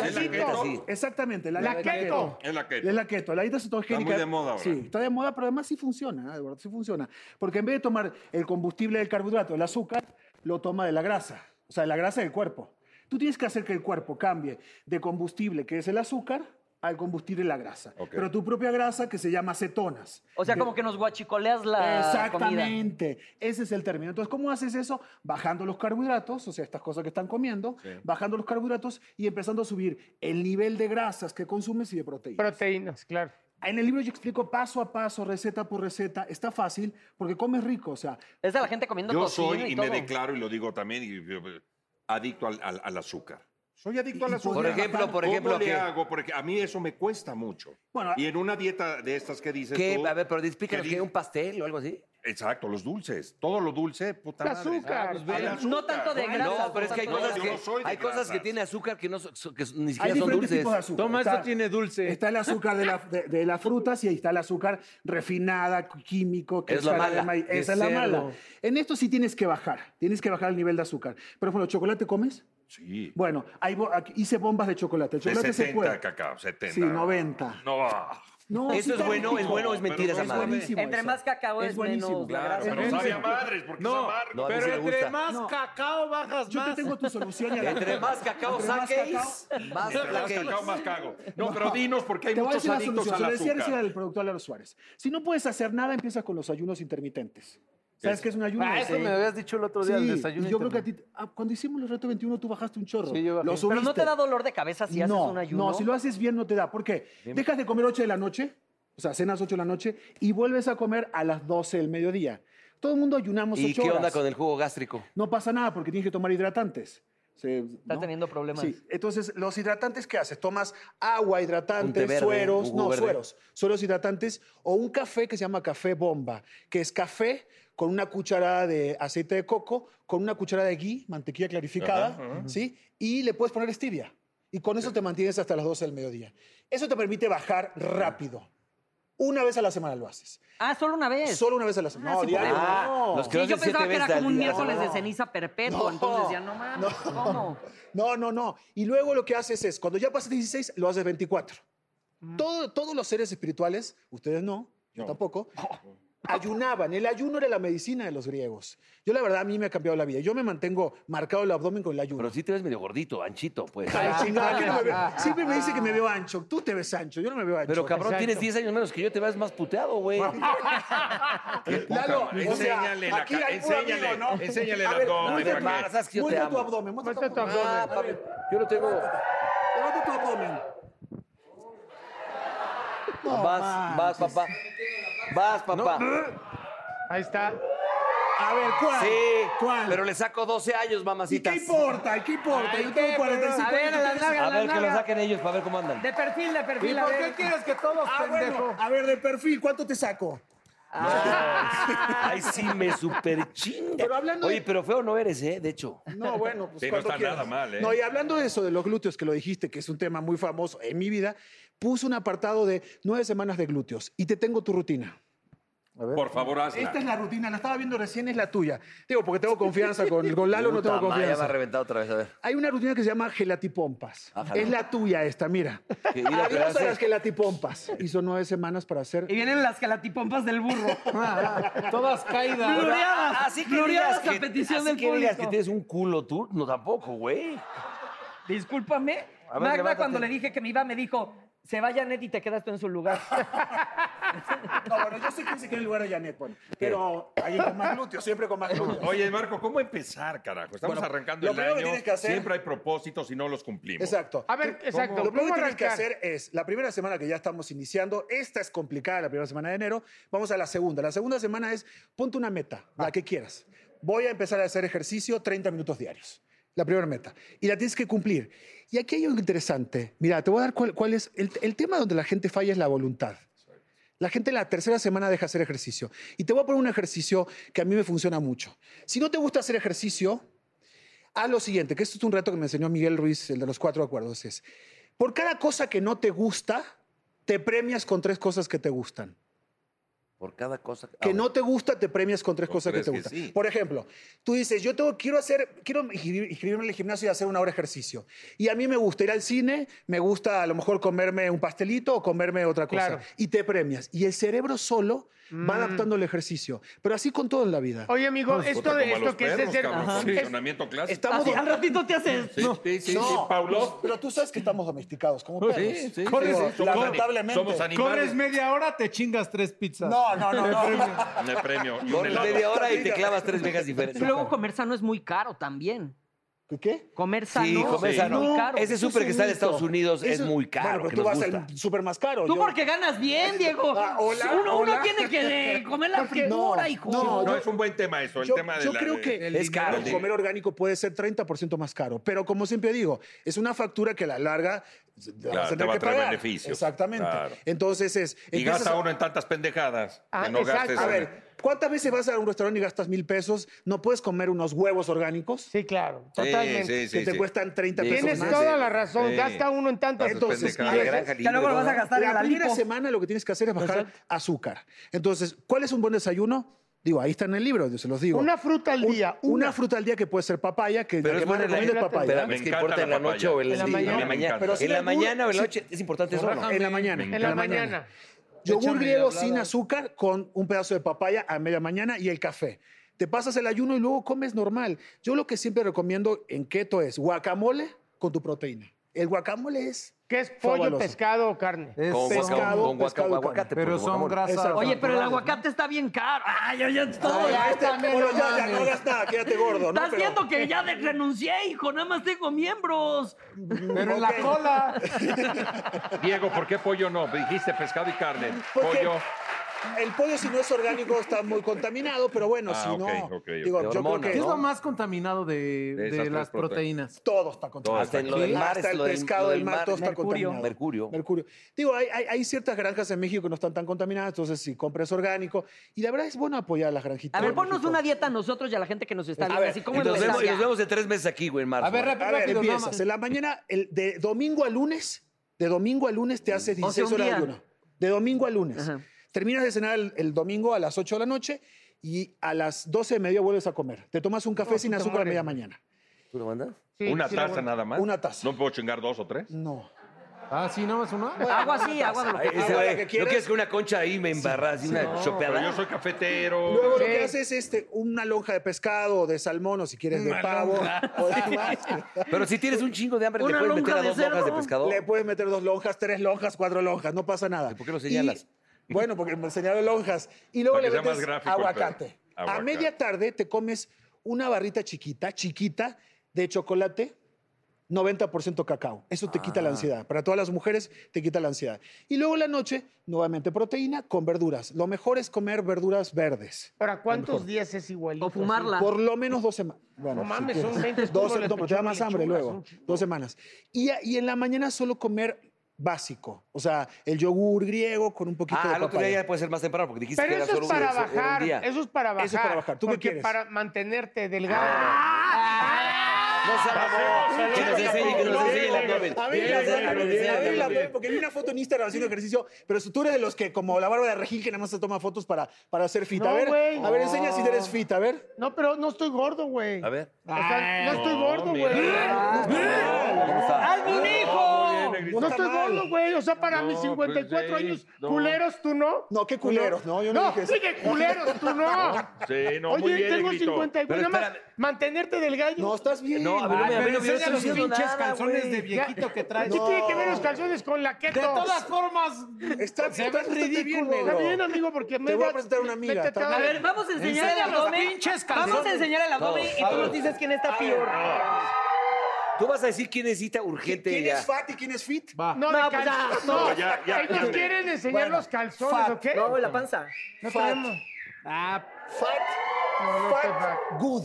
S1: Es la
S7: cito.
S1: keto, sí.
S7: Exactamente, la,
S1: La
S7: la
S1: keto.
S7: keto.
S3: Es la keto.
S7: Es la keto, la dieta cetogénica.
S3: Está muy de moda ahora.
S7: Sí, está de moda, pero además sí funciona, ¿eh? de verdad sí funciona. Porque en vez de tomar el combustible del carbohidrato, el azúcar, lo toma de la grasa, o sea, de la grasa del cuerpo. Tú tienes que hacer que el cuerpo cambie de combustible, que es el azúcar, al combustible la grasa. Pero tu propia grasa, que se llama acetonas.
S2: O sea,
S7: De-
S2: como que nos guachicoleas la comida.
S7: Exactamente, ese es el término. Entonces, ¿cómo haces eso? Bajando los carbohidratos, o sea, estas cosas que están comiendo,
S4: Sí.
S7: bajando los carbohidratos y empezando a subir el nivel de grasas que consumes y de proteínas.
S4: Proteínas, claro.
S7: En el libro yo explico paso a paso, receta por receta. Está fácil porque comes rico, o sea.
S2: Es de la gente comiendo
S3: Yo soy, y, me declaro y lo digo también, y- y- adicto al, al- al azúcar. Soy adicto al azúcar.
S1: Por ejemplo, por
S3: ¿Cómo
S1: ejemplo,
S3: le
S1: ¿qué?
S3: hago? Porque a mí eso me cuesta mucho.
S7: Bueno,
S3: y en una dieta de estas que dices
S1: ¿Qué?
S3: tú...
S1: A ver, pero explícanos,
S3: que
S1: ¿qué?
S3: di-
S1: ¿Un pastel o algo así?
S3: Exacto, los dulces. Todo lo dulce, puta
S1: El
S3: madre. Ah, pues, ve, el azúcar. Bueno,
S1: No, pero es que hay cosas
S3: Yo
S1: que,
S3: no soy de
S1: hay cosas que
S3: grasas.
S1: tiene azúcar que, no, so- que ni
S7: Hay
S1: siquiera son
S7: diferentes
S1: dulces.
S7: tipos de azúcar. Está- Está el azúcar de, la- de- de las frutas y ahí está el azúcar refinada, químico. que
S1: Es la
S7: sale de
S1: mala.
S7: maíz.
S1: De
S7: Esa es la
S1: cerdo.
S7: mala. En esto sí tienes que bajar. Tienes que bajar el nivel de azúcar. Por ejemplo, ¿chocolate comes?
S3: Sí.
S7: Bueno, hay bo- aquí hice bombas de chocolate. El
S3: De
S7: chocolate se
S3: 70
S7: puede.
S3: cacao, 70.
S7: Sí, 90.
S3: No.
S7: No, sí está rico. Pero no buenísimo
S2: Entre
S7: eso.
S2: más cacao es,
S7: buenísimo.
S2: menos la
S7: Claro,
S2: grasa.
S7: pero sabe a
S3: madres porque
S7: es amargo. No, a mí sí me gusta. No.
S4: cacao bajas
S7: Yo te tengo tu solución. y a la-
S1: Entre más cacao
S7: Entre más
S1: saques, [LAUGHS]
S7: cacao-
S1: más
S3: Entre más
S1: flaqueis.
S3: cacao, más cago. No, pero dinos, porque hay
S7: Te voy a
S3: muchos
S7: decir la
S3: adictos
S7: solución.
S3: al
S7: Se lo decía
S3: azúcar.
S7: recién al productor Lalo Suárez. Si no puedes hacer nada, empiezas con los ayunos intermitentes. ¿Sabes
S15: Sí.
S7: qué es un ayuno?
S15: Ah, eso me habías dicho el otro día, el
S7: Sí,
S15: desayuno
S7: y yo creo que a ti, ah, cuando hicimos los retos 21, tú bajaste un chorro.
S15: Sí, yo bajé.
S7: Lo
S15: Pero
S2: Pero no
S7: subiste.
S2: te da dolor de cabeza si haces
S7: no,
S2: un ayuno.
S7: No, si lo haces bien no te da. ¿Por qué? Dejas de comer 8 de la noche, O sea, cenas 8 de la noche y vuelves a comer a las 12 del mediodía. Todo el mundo ayunamos 8
S1: ¿Y
S7: horas.
S1: qué onda con el jugo gástrico?
S7: No pasa nada porque tienes que tomar hidratantes. Estás
S17: teniendo problemas.
S7: Sí, entonces, ¿los hidratantes qué haces? Tomas
S18: Un
S7: agua,
S18: té
S7: hidratantes,
S18: verde, un
S7: sueros,
S18: jugo
S7: no,
S18: verde.
S7: sueros, sueros hidratantes, o un café que se llama café bomba, que es café con una cucharada de aceite de coco, con una cucharada de ghee, mantequilla clarificada,
S18: Ajá, ajá.
S7: ¿sí? Y le puedes poner stevia. Y con eso te mantienes hasta las 12 del mediodía. Eso te permite bajar rápido. Una vez a la semana lo haces.
S2: Ah, solo una vez.
S7: Solo una vez a la semana.
S2: Ah,
S7: No,
S2: sí,
S7: diario.
S2: porque-
S7: No.
S2: Sí, yo pensaba que era como un miércoles de ceniza perpetuo,
S7: No.
S2: entonces ya no mames. ¿Cómo?
S7: No, no, no. Y luego lo que haces es, cuando ya pasas 16, lo haces 24. Todo- todos los seres espirituales, ustedes no, yo tampoco, ayunaban. El ayuno era la medicina de los griegos. Yo, la verdad, a mí me ha cambiado la vida. Yo me mantengo marcado el abdomen con el ayuno.
S1: Pero sí te ves medio gordito, anchito, pues.
S7: Ay, chingada, que no me veo- Siempre me dice que me veo ancho. Tú te ves ancho, yo no me veo ancho.
S1: Pero cabrón, tienes 10 años menos que yo, te ves más puteado, güey.
S7: Lalo, o sea,
S3: Enséñale la
S7: aquí
S3: ca-
S7: hay puro
S3: enséñale,
S7: amigo, ¿no?
S3: enséñale el
S7: A ver,
S3: abdomen,
S7: muestra
S3: ¿para qué?
S7: tu-
S3: Sabes que yo te
S7: muestra tu
S3: amo.
S7: abdomen, muestra tu
S3: Muestra tu
S7: abdomen.
S3: abdomen.
S7: Ah, papi,
S1: Yo no tengo.
S7: Levanta tu abdomen. No
S1: vas, vas, papá. Vas, papá.
S4: Ahí está.
S7: A ver, ¿cuál?
S1: Sí, pero le saco 12 años, mamacitas.
S7: ¿Y qué importa? ¿Y qué importa?
S1: Ay,
S7: yo
S1: qué,
S7: tengo 45
S1: pero- a ver, a la nalga, a la nalga. ellos para ver cómo andan.
S2: De perfil, de perfil.
S7: ¿Y
S2: a
S7: por
S2: ver.
S7: qué quieres que todos,
S2: Ah, bueno,
S7: a ver, de perfil, ¿cuánto te saco?
S1: Ay, sí, me super chinga.
S7: Pero hablando
S1: Oye,
S7: de-
S1: pero feo no eres, ¿eh? De hecho. [LAUGHS]
S7: No, bueno, pues
S1: Sí, no
S7: cuando
S1: está
S7: quieras.
S1: nada mal, ¿eh?
S7: No, y hablando de eso, de los glúteos, que lo dijiste, que es un tema muy famoso en mi vida, puse un apartado de nueve semanas de glúteos y te tengo tu rutina.
S3: Por favor, hazla.
S7: Esta es la rutina, la estaba viendo recién, es la tuya. Digo, porque tengo confianza con, con Lalo, no
S1: Puta
S7: tengo
S1: madre, Ya me ha
S7: confianza.
S1: reventado otra vez, a ver.
S7: Hay una rutina que se llama gelatipompas.
S8: Ah,
S1: Ájale.
S7: Es la tuya esta, mira. Ah,
S1: Que ir a
S7: Adiós a
S1: pegarse.
S7: las gelatipompas. Y son nueve semanas para hacer...
S2: Y vienen las gelatipompas del [LAUGHS] burro.
S7: Todas caídas.
S2: Gloriadas.
S1: Ah, Así que
S2: gloriadas
S1: digas
S2: a petición
S1: así
S2: del
S1: que digas
S2: público.
S1: que tienes un culo tú, no tampoco, güey.
S2: Discúlpame.
S1: A ver,
S2: Magda,
S1: levántate.
S2: cuando le dije que me iba, me dijo, se va Janet y te quedas tú en su [LAUGHS] lugar.
S7: No, bueno, yo sé quién se queda en el lugar de Janet, bueno, pero alguien con más glúteos, siempre con más glúteos.
S3: Oye, Marco, ¿cómo empezar, carajo? Estamos
S7: Bueno,
S3: arrancando
S7: lo
S3: el
S7: primero
S3: año.
S7: que tienes que hacer-
S3: Siempre hay propósitos y no los cumplimos.
S7: Exacto.
S4: A ver,
S7: Tú-
S4: exacto,
S7: Lo primero
S4: ¿cómo
S7: que tienes que
S4: arrancar?
S7: hacer es, la primera semana que ya estamos iniciando, esta es complicada, la primera semana de enero, vamos a la segunda. La segunda semana es, ponte una meta, la que quieras. Voy a empezar a hacer ejercicio 30 minutos diarios. La primera meta. Y la tienes que cumplir. Y aquí hay algo interesante. Mira, te voy a dar cuál, cuál es. El, el tema donde la gente falla es la voluntad. La gente la tercera semana deja hacer ejercicio. Y te voy a poner un ejercicio que a mí me funciona mucho. Si no te gusta hacer ejercicio, haz lo siguiente, que esto es un reto que me enseñó Miguel Ruiz, el de los cuatro acuerdos, es, por cada cosa que no te gusta, te premias con tres cosas que te gustan.
S1: Por cada cosa.
S7: Que no te gusta, te premias con tres
S1: Con
S7: cosas
S1: tres
S7: que te
S1: que
S7: gustan.
S1: sí.
S7: Por ejemplo, tú dices, yo tengo, quiero hacer, quiero inscribir- inscribirme en el gimnasio y hacer una hora de ejercicio. Y a mí me gusta ir al cine, me gusta a lo mejor comerme un pastelito o comerme otra cosa.
S4: Claro.
S7: Y te premias. Y el cerebro solo
S3: Mm.
S7: va adaptando el ejercicio. Pero así con todo en la vida.
S4: Oye, amigo, esto, de, esto que es de ser...
S3: cabrón,
S4: Ajá.
S3: con funcionamiento clásico.
S7: Estamos
S3: Así, al
S2: ratito te haces.
S7: No,
S3: sí, sí,
S7: no, pues,
S3: sí, Paulo.
S7: Pero tú sabes que estamos domesticados, como
S3: Sí,
S7: perros.
S3: sí, sí,
S7: Corres,
S3: sí, somos
S7: lamentablemente.
S3: ani- somos animales.
S19: Corres media hora, te chingas tres pizzas.
S7: No, no, no,
S19: Te
S7: no.
S19: premio.
S3: Me premio. y un
S1: Corres
S3: helado.
S1: media hora y te clavas tres vejas
S2: Y
S1: diferentes.
S2: luego comer sano es muy caro también.
S7: ¿Qué?
S2: Comer sano,
S1: Sí, comer
S2: es
S1: sano.
S2: muy caro.
S1: Ese súper que está en Estados Unidos es muy caro,
S7: Bueno, pero
S1: que
S7: tú
S1: nos
S7: vas
S1: gusta.
S7: al súper más caro.
S2: Tú
S7: yo-
S2: porque ganas bien, Diego.
S7: Ah, hola,
S2: uno, uno
S7: hola.
S2: tiene
S1: [LAUGHS]
S2: que eh, comer la
S7: No,
S2: figura, hijo.
S3: No,
S7: No, yo-
S3: es un buen tema eso, el
S7: yo,
S3: tema de
S7: yo
S3: la-
S7: creo que
S3: del dinero.
S7: el comer orgánico puede ser 30% más caro, pero como siempre digo, es una factura que a la larga
S3: Claro,
S7: vas a
S3: te
S7: tener
S3: va a
S7: que
S3: traer
S7: pagar.
S3: beneficios.
S7: Exactamente.
S3: Claro.
S7: Entonces es
S3: Y
S7: empiezas
S3: gasta
S7: a-
S3: uno en tantas pendejadas
S7: Ah,
S3: que no
S7: exacto.
S3: gastes.
S7: A
S3: en-
S7: ver, ¿cuántas veces vas a un restaurante y gastas mil pesos? ¿No puedes comer unos huevos orgánicos? Sí,
S4: claro,
S3: Sí, totalmente. sí, sí,
S7: que te
S3: sí.
S7: cuestan 30
S3: Sí,
S7: pesos.
S4: Tienes
S7: más.
S4: toda la razón,
S7: Sí.
S4: gasta uno en tantas
S7: Entonces,
S4: estupideces.
S7: ya la primera semana lo que tienes que hacer es bajar azúcar. Entonces, ¿cuál es un buen desayuno? Digo, ahí está en el libro, yo se los digo.
S4: Una fruta al
S7: Un-
S4: día,
S7: Una,
S4: una.
S7: fruta al día que puede ser papaya, que
S1: Pero
S7: la
S1: es
S7: que más
S1: buena la-
S7: recomiendo es papaya.
S1: Espérame, es que
S3: encanta
S1: importa
S3: la
S1: en la
S3: papaya.
S1: noche o en el
S3: En la
S1: día, en la
S3: mañana.
S1: mañana.
S3: Pero sí
S1: en la
S3: algún-
S1: mañana o en la
S3: sí.
S1: noche es importante eso. o no?
S7: En la mañana.
S3: Me
S7: En la
S3: encanta.
S7: mañana. Yogur
S3: Échame
S7: griego
S3: la
S7: sin
S3: blada.
S7: azúcar con un pedazo de papaya a media mañana y el café. Te pasas el ayuno y luego comes normal. Yo lo que siempre recomiendo en keto es guacamole con tu proteína. El guacamole es
S4: ¿Qué es pollo,
S1: Sabaloso.
S4: pescado o carne?
S1: Es Con pescado, guaca- con guaca- pescado y aguacate, carne. pues, Pero son guacamole. grasas Exacto.
S2: Oye, pero el
S1: naturales,
S2: aguacate está bien caro. Ay, ya, ya, todo.
S3: Ay, Ah, ya, este, bueno, ya, ya, no hagas
S2: nada,
S3: quédate gordo, ¿no?
S2: Estás
S3: Pero-
S2: viendo que ya de- renuncié, hijo, nada más tengo miembros.
S8: Pero en la Ok.
S2: cola.
S8: Diego, ¿por qué pollo no? Dijiste pescado y carne.
S3: Porque-
S8: Pollo.
S3: El pollo, si no es orgánico, está muy contaminado, pero bueno,
S8: Ah,
S3: si no.
S8: ok, ok, ok.
S3: Digo,
S8: De
S3: yo creo
S8: hormonas,
S3: que.
S8: ¿no?
S7: ¿Qué es lo más contaminado de,
S8: De
S7: de
S8: esas
S7: las
S8: tres prote-
S7: proteínas?
S3: Todo está
S7: contaminado.
S3: Hasta lo del mar, hasta lo del- lo del mar, mercurio.
S1: Mercurio.
S3: Mercurio. Digo, hay, hay- hay ciertas granjas en México que no están tan contaminadas, entonces si compras orgánico. Y la verdad es bueno apoyar a las granjitas.
S2: A ver, ponnos una dieta a nosotros y a la gente que nos
S3: A
S2: está viendo.
S3: ver,
S2: así
S1: Y
S2: como
S1: nos, vemos, y nos vemos en tres meses aquí, güey, en marzo.
S3: A ver, empiezas. En la mañana, el- de domingo a lunes, de domingo a lunes te haces
S1: O sea,
S3: 16
S1: un
S3: horas de
S1: día.
S3: ayuno. De domingo a lunes. Terminas de cenar el, el domingo a las 8 de la noche y a las 12 de media vuelves a comer. Te tomas un café
S1: No,
S3: sin
S1: Oh, puta
S3: azúcar a
S1: madre.
S3: media mañana.
S1: ¿Tú lo mandas?
S8: ¿Una taza nada más?
S3: Una taza.
S8: ¿No puedo chingar dos o tres?
S3: No.
S7: Ah, sí, nada más una.
S2: Agua sí, agua de lo
S1: Ay,
S2: que-
S1: ese
S2: agua de
S1: güey,
S2: lo que
S1: ¿No
S2: quieras.
S1: quieres que una concha ahí me embarras y una chopeada?
S8: Pero yo soy cafetero.
S3: Luego lo que haces es este, una lonja de pescado o de salmón o si quieres de
S1: Una
S3: pavo.
S1: lonja. [LAUGHS]
S3: o de más.
S1: Pero si tienes un chingo de hambre, ¿le puedes meter a dos lonjas de pescado?
S3: Le puedes meter dos lonjas, tres lonjas, cuatro lonjas, no pasa nada. ¿Por
S1: qué lo señalas?
S3: bueno, porque me señalo lonjas. Y luego
S8: Para
S3: le
S8: que sea
S3: metes
S8: más gráfico el
S3: aguacate.
S8: pedo. Aguacate.
S3: A media tarde te comes una barrita chiquita, chiquita, de chocolate, 90% cacao. Eso te
S8: Ah.
S3: quita la ansiedad. Para todas las mujeres te quita la ansiedad. Y luego la noche, nuevamente proteína con verduras. Lo mejor es comer verduras verdes.
S4: ¿Para cuántos
S3: mejor.
S4: días es igualito? O
S3: Por lo menos dos semanas.
S4: No mames, son 20
S3: Dos,
S4: escúpulas,
S3: no, pero te da más
S4: pechuga,
S3: hambre
S4: lechuga,
S3: luego.
S4: son chi-
S3: Dos semanas. Y, a- y en la mañana solo comer básico. O sea, el yogur griego con un poquito de
S1: Ah, al otro
S3: papaya.
S1: día ya puede ser más temprano porque dijiste
S4: Pero
S1: que era
S4: eso
S1: solo
S4: es,
S1: un-
S4: para
S1: era un
S4: bajar,
S1: día.
S4: eso es para bajar.
S3: Eso es para bajar. ¿Tú qué
S4: porque
S3: quieres?
S4: para mantenerte delgado.
S3: Ah.
S1: No sea mamón. Que nos enseñe, que nos enseñe el abdomen.
S3: A ver,
S1: Que nos enseñe,
S3: a
S1: que nos
S3: ver,
S1: enseñe
S3: a ver,
S1: el
S3: la-
S1: abdomen.
S3: porque vi una foto en Instagram haciendo ejercicio, pero tú eres de los que, como la barba de Regil, que nada más se toma fotos para, para hacer fit. a
S4: No,
S3: ver,
S4: güey.
S3: a ver,
S4: No.
S3: enseña si eres fit, a ver.
S4: No, pero no estoy gordo, güey.
S1: A ver.
S4: O sea, no estoy
S3: Ah, no,
S4: gordo,
S3: mira.
S4: güey.
S3: Ah, ¡Hazme un hijo! muy bien,
S4: No
S3: está
S4: estoy
S3: mal.
S4: gordo, güey. O sea, para
S3: No,
S4: mis 54
S8: pues, sí,
S4: años,
S8: no.
S4: culeros, tú no.
S3: No, ¿qué culeros? No, yo no dije eso.
S4: sí, que culeros, tú no.
S8: Sí, no,
S4: Oye,
S8: muy bien,
S4: tengo
S8: Negrito.
S4: 54, nada más mantenerte delgado.
S3: No, estás bien.
S8: No, a ver, no me- a ver, no me- yo no estoy
S4: los
S8: diciendo
S4: pinches
S8: nada,
S4: calzones
S8: güey.
S4: de viejito
S8: Ya.
S4: que traes.
S8: No. [LAUGHS]
S4: ¿Qué tiene que ver los calzones con la keto?
S8: De todas
S4: formas,
S3: está,
S4: se
S3: estás bastante bien, negro.
S4: Está bien, amigo, porque me
S3: Te voy a
S4: da-
S3: presentar a una amiga,
S4: me he
S3: está
S4: tratado-
S3: bien. A ver,
S2: Vamos a enseñar
S4: Enseña
S2: el
S4: los
S2: abdomen.
S4: pinches
S2: Vamos
S4: calzones.
S2: a enseñar el abdomen
S1: Todos.
S2: y tú nos dices quién está peor.
S1: Tú vas a decir quién necesita urgente
S3: ¿Quién
S1: ya.
S3: es fat y quién es fit?
S7: Eh,
S4: No, de
S2: No, pues
S4: cal-
S2: ya,
S4: no,
S2: no, ya, ya,
S4: ellos
S2: espérame.
S4: quieren enseñar
S2: Bueno,
S4: los calzones,
S2: fat.
S4: ¿o qué?
S2: No, la panza.
S4: No
S3: Fat.
S4: tenemos.
S3: Ah,
S4: No, no estoy fat.
S3: fat, good.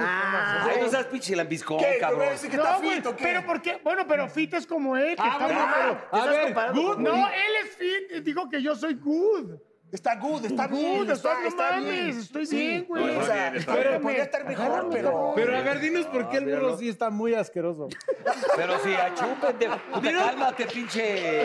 S4: Ah,
S1: Ay, no seas pinche lambiscón,
S3: ¿Qué? ¿Te voy a
S1: cabrón.
S3: decir que está
S4: güey,
S3: fit o qué?
S4: pues, Pero ¿por qué? Bueno, pero fit es como él. que
S3: Ah,
S4: está
S3: bueno,
S4: mal.
S3: pero-
S4: Te
S3: a
S4: estás
S3: ver,
S4: comparando
S3: good,
S4: con-
S3: ¿no?
S4: No, él es fit. Digo que yo soy good.
S3: Está good, está
S4: Good,
S3: bien.
S4: está- no
S3: está
S4: mames,
S3: bien.
S4: estoy
S3: Sí.
S4: bien, güey.
S3: O
S4: Está
S3: sea,
S4: bien, está
S3: pero
S4: bien.
S3: podría estar mejor, pero...
S7: Pero a ver, dinos por qué el
S1: míralo.
S7: burro sí está muy asqueroso.
S1: Pero sí, achúpete. Puta, cálmate, pinche.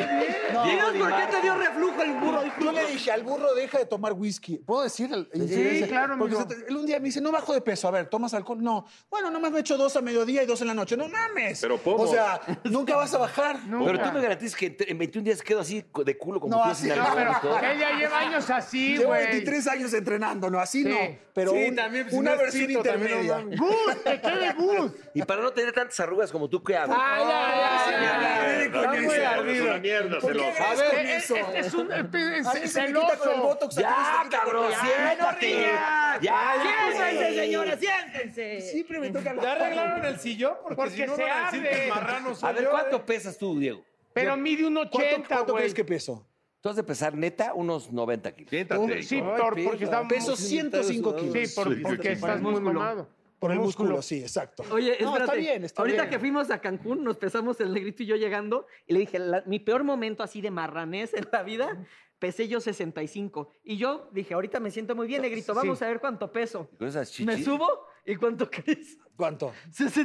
S3: No,
S1: Diego
S3: Dios, ¿por qué te
S1: dio
S3: reflujo el burro? Yo le dije al burro, deja de tomar whisky. ¿Puedo decir? el- infidencia?
S4: claro,
S3: Porque
S4: amigo.
S3: se- él un día me dice, no bajo de peso. A ver, ¿tomas alcohol? No. Bueno, nomás me echo dos a mediodía y dos en la noche. No mames.
S8: Pero pomo.
S3: O sea, nunca vas a bajar.
S1: Pero tú me garantizas que en 21 días quedo así de culo como
S3: No,
S1: tú
S3: así
S1: sin
S3: no,
S1: alcohol
S3: pero
S1: y todo.
S4: Él ya lleva años así,
S3: Llevo
S4: güey.
S3: 23 años entrenando, ¿no? Así
S4: Sí.
S3: no. Pero
S7: Sí,
S3: un-
S7: también, pues, si
S3: una
S7: no es
S3: versión
S7: pito, también no
S3: intermedia.
S7: mames.
S4: Good, que quede good.
S1: Y para no tener tantas arrugas como tú, ¿qué hago?
S4: [LAUGHS] Ay, ay, ay, ay, ay.
S8: Está muy ardido. una mierda,
S3: ¿Por qué
S8: celoso.
S3: crees
S4: Eh,
S3: que
S4: eh,
S3: eso?
S4: Este es un eh, pe- es-
S3: Así se me quita con el
S4: celoso.
S3: botox. aquí se
S1: Ya,
S3: me quita con-
S1: cabrón,
S3: Ya, no
S1: siéntate.
S3: rías.
S1: Ya, ya.
S2: Siéntense, señores, siéntense.
S3: Siempre me toca la
S7: ¿Ya arreglaron el sillón? Porque,
S4: Porque
S7: si no
S4: se
S7: van a decir que
S4: arde.
S7: el marrano soy
S1: A ver,
S7: yo,
S1: ¿cuánto
S7: eh.
S1: pesas tú, Diego?
S4: Pero mide un
S3: ¿Cuánto,
S4: 80,
S3: cuánto
S4: güey.
S3: crees que peso?
S1: Tú has de pesar neta unos 90 kilos.
S4: Un- Sí, por- porque está
S3: Peso 105
S4: Sí,
S3: kilos.
S4: por- porque estás muy mamado.
S3: Por el
S2: músculo.
S3: músculo, sí, exacto.
S2: Oye, espérate.
S3: No, está bien, está
S2: Ahorita
S3: bien.
S2: que fuimos a Cancún, nos pesamos el negrito y yo llegando, y le dije, "La- mi peor momento así de marranés en la vida, pesé yo 65. Y yo dije, ahorita me siento muy bien, negrito, vamos a ver cuánto peso.
S1: Con esas chichis.
S2: Me subo, ¿y cuánto [LAUGHS] crees?
S3: ¿Cuánto?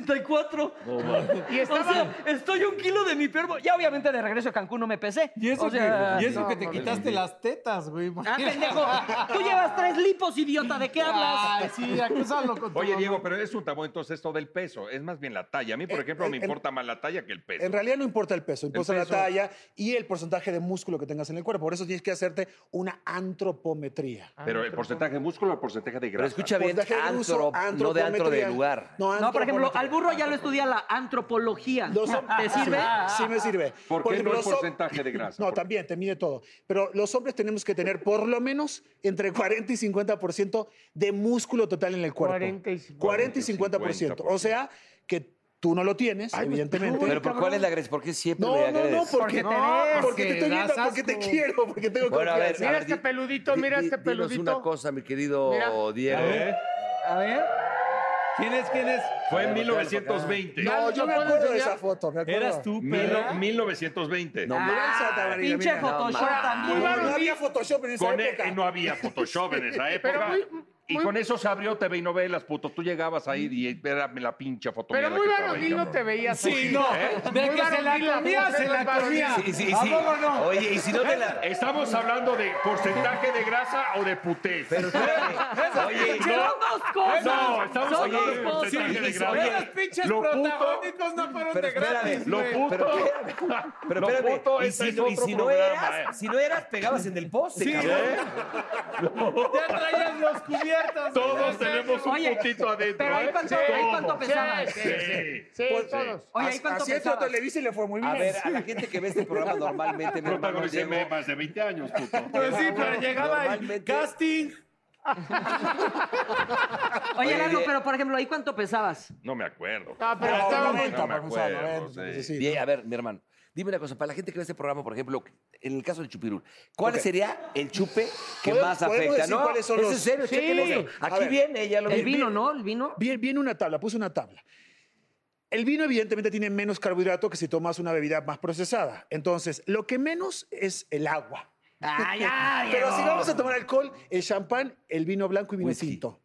S2: 64.
S1: No, mames.
S4: Y estaba-
S2: O sea, estoy un kilo de mi peor... mo- Ya obviamente de regreso a Cancún no me pesé.
S7: Y eso,
S2: O sea,
S7: que, y eso
S4: no,
S7: que te
S4: mami.
S7: quitaste las tetas, güey.
S2: Ah, pendejo, tú llevas tres lipos, idiota, ¿de qué hablas?
S7: Ay, sí, acúsalo con tu
S8: Oye,
S7: mamá.
S8: Diego, pero es un tabú entonces esto del peso. Es más bien la talla. A mí, por ejemplo, me
S3: el-
S8: importa más la talla que el peso.
S3: Eh, En realidad no importa el peso, importa
S8: peso.
S3: la talla y el porcentaje de músculo que tengas en el cuerpo. Por eso tienes que hacerte una antropometría.
S8: Pero el porcentaje de músculo o el porcentaje de
S1: Pero
S8: grasa.
S1: escucha bien,
S3: Porcentaje de uso,
S1: antro, no de antro de
S3: antropometría.
S1: lugar.
S7: No,
S2: No, por ejemplo, al burro ya lo estudia la antropología. ¿Te sirve?
S7: Sí, sí me sirve.
S2: ¿Por qué
S7: ejemplo,
S2: no el
S7: los hom-
S2: porcentaje de grasa?
S7: [LAUGHS] No, también, te mide todo. Pero los hombres tenemos que tener por lo menos entre 40 y 50% de músculo total en el cuerpo.
S4: 40 y
S7: 40 y 50%. O sea, que tú no lo tienes,
S2: pues,
S7: evidentemente.
S1: Pero ¿por cuál es la agresión? ¿Por qué siempre
S7: No,
S1: me
S7: no, no,
S1: agredes?
S7: porque,
S4: Porque te ves,
S7: porque te
S4: das
S7: estoy viendo, porque te
S4: asco.
S7: quiero, porque tengo
S1: Bueno, a ver,
S7: confianza.
S1: a ver, di-
S4: peludito,
S1: di-
S4: mira
S1: di-
S4: este
S1: Dinos
S4: peludito.
S1: una cosa, mi querido
S4: Mira.
S1: Diego.
S4: A ver.
S20: A ver. ¿Quién es? ¿Quién es?
S3: Fue en 1920.
S4: Ah,
S7: No, yo me acuerdo de esa foto, me acuerdo.
S3: Eras tú,
S7: ¿verdad?
S3: 1920.
S7: No, mira el Santa María,
S4: pinche
S7: mira.
S4: Photoshop
S7: No,
S4: también.
S7: No no había Photoshop en esa
S3: Con e-
S7: época.
S3: no había Photoshop en esa
S4: [LAUGHS] Pero
S3: época.
S4: muy-
S3: y
S4: muy-
S3: con eso se abrió TV y novelas, puto. Tú llegabas ahí y era la pinche foto.
S4: Pero muy varonil no te veías.
S1: ¿eh?
S4: Muy varonil mujer, muy varonil.
S7: Ah,
S1: Oye, y si no te
S3: [LAUGHS]
S1: la-
S3: Estamos hablando de porcentaje de grasa o de putés. Pero
S4: Oye, son dos cosas.
S3: No, estamos
S4: Son
S3: hablando
S4: dos
S3: de
S4: cosas.
S3: porcentaje de
S4: Sí,
S3: grasa.
S4: oye, los pinches protagónicos no fueron
S3: pero
S4: de gratis,
S3: espérame, Lo
S4: güey.
S3: puto.
S4: Pero
S3: [LAUGHS]
S1: Pero
S3: Lo
S1: espérame,
S3: puto
S1: y
S3: es
S1: si,
S3: el
S1: no- y
S3: otro
S1: si no
S3: programa,
S1: eras,
S3: eh.
S1: si no eras, pegabas en el poste,
S3: Sí,
S1: cabrón.
S3: ¿eh?
S4: Ya traían los cubiertos.
S3: Todos tenemos un puntito adentro.
S4: pero ahí
S3: ¿eh?
S4: cuánto- ahí
S3: Todos.
S4: cuánto pesaba. Sí, sí, sí, todos. Oye, ¿ahí cuánto
S7: Así entró
S4: pesabas?
S7: Televisa y le fue muy bien.
S1: A ver, a la gente que ve este programa normalmente, mi hermano
S3: Protagonicé
S1: Diego,
S3: más de 20 años, puto.
S4: Pues sí, pero llegaba el
S1: Normalmente-
S4: casting.
S2: Oye,
S3: Oye,
S2: Lalo,
S3: de-
S2: pero por ejemplo, ¿ahí cuánto pesabas?
S3: No me acuerdo.
S4: Ah, pero
S3: No,
S4: estaba
S3: no
S4: bueno.
S3: me
S4: Para
S1: usar
S3: acuerdo, sí.
S1: Bien, a ver, mi hermano, dime una cosa, para la gente que ve este programa, por ejemplo, en el caso del chupirul, ¿cuál
S7: Ok.
S1: sería el chupe que
S7: ¿Podemos-
S1: más
S7: podemos
S1: afecta?
S7: decir
S1: ¿No?
S7: cuáles son
S1: ¿Es
S7: los-
S1: en serio,
S7: Sí.
S1: chequen esto.
S7: A
S1: Aquí
S7: ver.
S1: viene, ya lo vi.
S7: ¿no? El vino. Viene, viene una tabla, puse una tabla. El vino evidentemente tiene menos carbohidrato que si tomas una bebida más procesada. Entonces, lo que menos es el agua.
S4: Ay, ay,
S7: Pero
S4: Diego.
S7: si vamos a tomar alcohol, el champán, el vino blanco y vino tinto.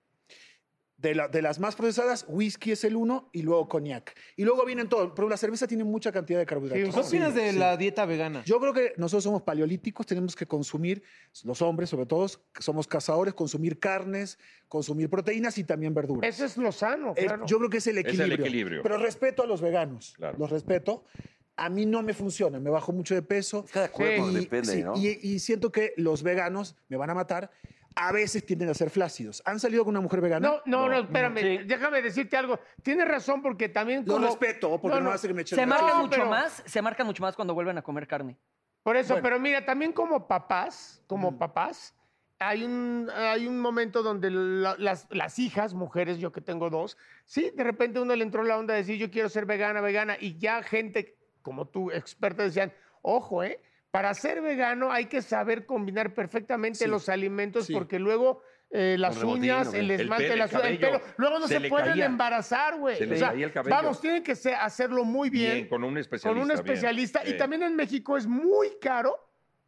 S7: De, la- de las más procesadas, whisky es el uno y luego coñac. Y luego vienen todos. Pero la cerveza tiene mucha cantidad de carbohidratos.
S20: ¿Qué opinas de
S7: Sí.
S20: la dieta vegana?
S7: Yo creo que nosotros somos paleolíticos, tenemos que consumir, los hombres sobre todo, que somos cazadores, consumir carnes, consumir proteínas y también verduras.
S4: Eso es lo sano,
S7: Es-
S4: claro.
S7: Yo creo que es el
S3: Es el
S7: equilibrio.
S3: equilibrio.
S7: Pero respeto a los veganos, los respeto. A mí no me funciona, me bajo mucho de peso. Cada
S1: cuerpo depende, ¿no?
S7: Y, y siento que los veganos me van a matar. A veces tienden a ser flácidos. ¿Han salido con una mujer vegana?
S4: No, no, no, espérame, déjame decirte algo. Tienes razón porque también
S7: Lo
S4: como-
S7: respeto, porque no hace que me echen
S2: [LAUGHS] Se
S7: la
S2: marca
S4: No,
S2: mucho
S4: pero-
S2: más, se marca mucho más cuando vuelven a comer carne.
S4: Por eso, pero mira, también como papás, como papás, hay un, hay un momento donde la- las, las hijas, mujeres, yo que tengo dos, sí, de repente uno le entró la onda de decir, yo quiero ser vegana, vegana, y ya gente como tú, experta, decían, ojo, ¿eh? Para ser vegano hay que saber combinar perfectamente
S7: Sí.
S4: los alimentos
S7: Sí.
S4: porque luego eh, las
S3: Con rebotín,
S4: uñas, el
S3: güey. El
S4: esmalte,
S3: pelo,
S4: las
S3: el
S4: uñas, el
S3: cabello.
S4: pelo, luego no
S3: Se
S4: se,
S3: le
S4: pueden
S3: caía.
S4: embarazar, güey.
S3: Se le caía el cabello.
S4: Vamos, tienen que se- hacerlo muy bien.
S3: Bien, con un
S4: Con un
S3: especialista, bien.
S4: especialista. Y
S3: Sí.
S4: también en México es muy caro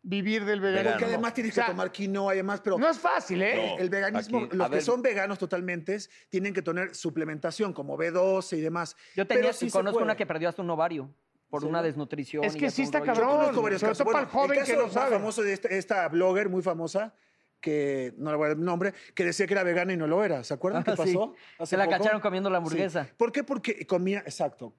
S4: vivir del veganismo.
S7: Porque además tienes que tomar quinoa y demás, pero...
S4: No es fácil, ¿eh?
S7: El- el veganismo,
S4: aquí,
S7: los
S4: a
S7: que
S4: ver.
S7: son veganos totalmente tienen que tener suplementación como B12 y demás.
S2: Yo tenía,
S7: Pero sí se
S2: conozco
S7: puede.
S2: una que perdió hasta un ovario por
S7: ¿En
S2: una
S7: serio?
S2: desnutrición.
S4: Es
S2: y
S4: que
S2: ya
S4: sí
S2: fue
S4: está
S2: un rollo.
S4: cabrón.
S7: Yo conozco varios
S4: sobre
S7: casos.
S4: todo para el joven
S7: el caso
S4: que no
S7: más
S4: sabe.
S7: famoso de esta, esta blogger muy famosa, que no le voy a dar el nombre, que decía que era vegana y no lo era. ¿Se acuerdan
S2: Ah,
S7: qué
S2: sí.
S7: pasó?
S2: Se la cacharon comiendo la hamburguesa.
S7: Sí. ¿Por qué? Porque comía, exacto.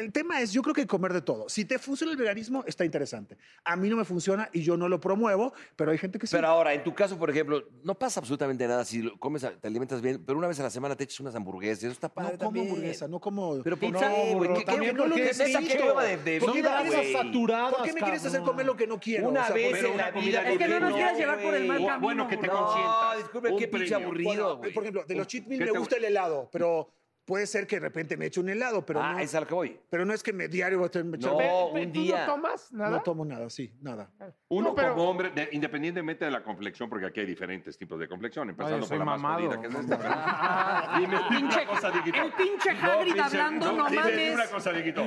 S7: El tema es, yo creo que comer de todo. Si te funciona el veganismo, está interesante. A mí no me funciona y yo no lo promuevo, pero hay gente que sí.
S1: Pero ahora, en tu caso, por ejemplo, no pasa absolutamente nada si lo comes, te alimentas bien, pero una vez a la semana te echas unas hamburguesas, eso está
S7: no
S1: padre
S7: como
S1: también.
S7: hamburguesa, no como...
S1: Pero ¿por
S7: No,
S1: qué, güey?
S7: burro,
S1: ¿Qué- qué-
S7: también
S1: no lo
S7: porque
S1: que- neta, qué
S7: necesito.
S1: hueva de- de
S7: ¿Por qué
S1: vida,
S7: me
S1: güey?
S7: quieres saturadas, ¿Por qué me quieres hacer comer lo que no quiero?
S1: Una
S7: O sea,
S1: vez en
S7: comer
S1: la
S7: una
S1: vida.
S7: comida
S1: Es que no
S7: libre,
S1: nos quieras llevar por el mal
S7: güey.
S1: camino, Bueno, que te güey. consientas. disculpe, qué pinche aburrido,
S7: Bueno,
S1: güey.
S7: Por ejemplo, de los cheat meal
S1: ¿Qué
S7: me
S1: te-
S7: gusta el helado, pero puede ser que de repente me eche un helado, pero
S1: Ah,
S7: no.
S1: es al que voy.
S7: Pero no es que me diario voy a tener
S1: No,
S7: echar-
S1: un día.
S4: ¿No tomas nada?
S7: No tomo nada, sí, nada.
S3: Uno
S4: No, pero-
S3: como hombre, de- independientemente de la complexión, porque aquí hay diferentes tipos de complexión, empezando
S20: yo
S3: por
S20: soy
S3: la más
S20: mamado.
S3: jodida, que es esta. [LAUGHS] pero- Dime tú una cosa, Dieguito.
S4: el pinche
S3: No,
S4: Hagrid
S3: dice-
S4: hablando, no
S3: dime tú
S4: mames.
S3: una cosa, Dieguito.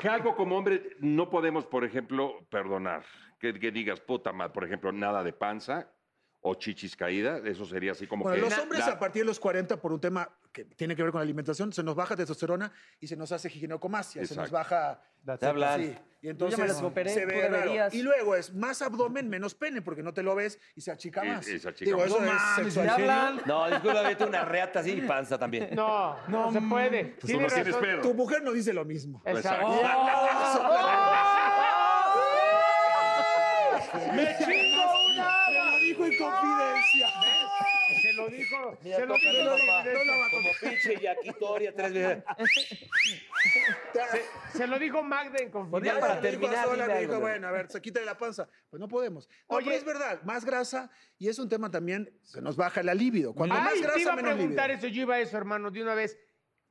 S3: Que algo como hombre no podemos, por ejemplo, perdonar. Que, que digas, puta madre, por ejemplo, nada de panza o chichis caídas, eso sería así como
S7: Bueno,
S3: que...
S7: los hombres
S3: la-
S7: a partir de los 40, por un tema que tiene que ver con la alimentación, se nos baja testosterona y se nos hace ginecomastia, se nos
S3: Exacto.
S7: baja...
S1: Te hablan.
S7: Sí, Y
S2: Yo ya me
S7: entonces
S2: las operé,
S7: se
S2: tú
S7: ve raro.
S2: deberías.
S7: Y luego es más abdomen, menos pene, porque no te lo ves y se achica
S3: Y-
S7: más.
S3: y se achica
S7: Digo,
S3: E, más.
S7: eso
S3: No
S7: es
S3: mames,
S7: sexual.
S3: ¿me hablan?
S1: No, disculpa, vete una reata así y panza también.
S4: No, no, se puede.
S1: Pues
S4: Tienes
S1: uno tienes
S4: razón.
S1: pedo.
S7: Tu mujer no dice lo mismo.
S4: Exacto.
S7: Exacto.
S4: ¡Me chingo una!
S7: Me lo dijo en confidencia.
S4: Se lo lo dijo.
S1: Mira,
S4: se lo
S1: toca
S4: dijo.
S1: la
S4: el
S1: papá,
S4: director.
S1: Como pinche yaquitoria tres veces.
S4: Se, se lo dijo Magda en confianza.
S7: Ya para terminar, dijo, bueno, a ver, se quita la panza. Pues no podemos. No, pero es verdad, más grasa y es un tema también, se nos baja la libido. Cuando
S4: Ay,
S7: más
S4: te iba
S7: grasa,
S4: a
S7: menos libido.
S4: preguntar eso, yo iba a eso, hermano, de una vez.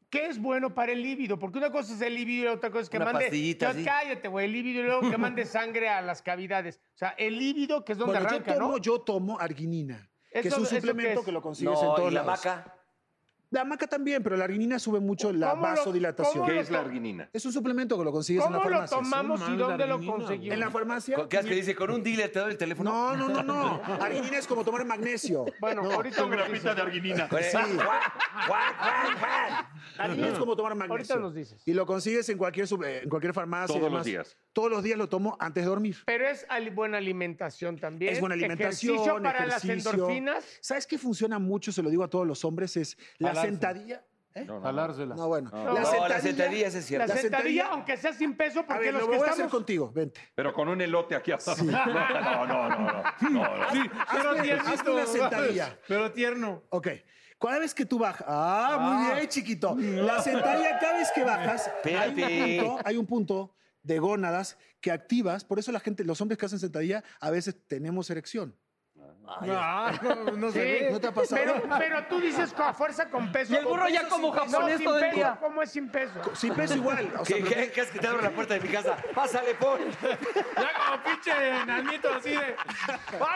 S4: ¿Qué es bueno para el líbido? Porque una cosa es el líbido y la otra cosa es que
S1: Una
S4: mande.
S1: pastillita,
S4: No,
S1: sí.
S4: cállate, güey. El líbido y luego
S1: [LAUGHS]
S4: que mande sangre a las cavidades. O sea, el líbido, que es donde
S7: Bueno,
S4: arranca,
S7: yo tomo,
S4: ¿no?
S7: yo tomo arginina, que es
S4: ¿Eso-
S7: un
S4: eso qué
S7: suplemento
S4: es?
S7: que lo consigues
S4: No,
S7: en todos
S4: ¿y la
S7: lados.
S4: maca?
S7: La maca también, pero la arginina sube mucho la
S4: ¿Cómo lo-
S7: vasodilatación.
S4: cómo ¿Qué lo es la to-
S3: arginina?
S7: Es un suplemento que lo consigues en la
S4: ¿Cómo lo
S7: farmacia.
S4: tomamos
S7: Sí,
S4: y
S7: mal,
S4: dónde lo
S7: arginina,
S4: conseguimos?
S7: güey. ¿En la farmacia?
S1: ¿Qué haces que dice? Con un dealer te doy el teléfono.
S7: No, no, no, no. Arginina es como tomar magnesio.
S4: Bueno,
S7: No.
S4: ahorita nos dices.
S7: Sí. Arginina es como tomar magnesio.
S4: Ahorita nos dices.
S7: Y lo consigues en cualquier, sub- eh, en cualquier farmacia. y
S3: Todos los
S7: demás.
S3: días.
S7: Todos los días lo tomo antes de dormir.
S4: Pero es al- buena alimentación también.
S7: Es buena alimentación,
S4: Ejercicio para las
S7: ejercicio.
S4: endorfinas.
S7: ¿Sabes qué funciona mucho? Se lo digo a todos los hombres, es la
S4: Jalarse.
S7: sentadilla. ¿eh?
S4: no, no. Jalársela.
S7: No, bueno.
S3: Ah.
S4: No, la sentadilla,
S1: ese es
S4: La sentadilla, aunque sea sin peso,
S7: A
S4: porque
S7: ver,
S4: los
S7: lo
S4: que
S7: voy a hacer
S4: estamos...
S7: contigo, vente.
S3: Pero con un elote aquí atrás. No, no, no, no. no, no.
S7: Hazte- hazte
S4: [LAUGHS]
S7: una sentadilla.
S21: Pero tierno.
S7: Ok. Cada vez que tú bajas. Ah, muy bien, chiquito. La sentadilla, cada vez que bajas, hay
S1: Espérate.
S7: un, punto, hay un punto de gónadas que activas. Por eso la gente, los hombres que hacen sentadilla, a veces tenemos erección.
S21: no, Ah, no, no se
S4: Ah, Sí,
S21: ve.
S7: ¿eh? ¿No te ha pasado?
S4: Pero, pero tú dices con a fuerza con peso.
S7: Y el
S4: con
S7: burro ya
S4: peso,
S7: como
S4: sin peso.
S7: japonés
S4: No,
S7: todo
S4: sin
S7: el
S4: peso,
S7: día.
S4: ¿Cómo es sin peso?
S7: Sin peso igual. O sea,
S1: ¿Qué,
S7: pero-
S1: qué, qué es que te abro la puerta de mi casa? Pásale, Paul.
S21: Ya como pinche nanito así de.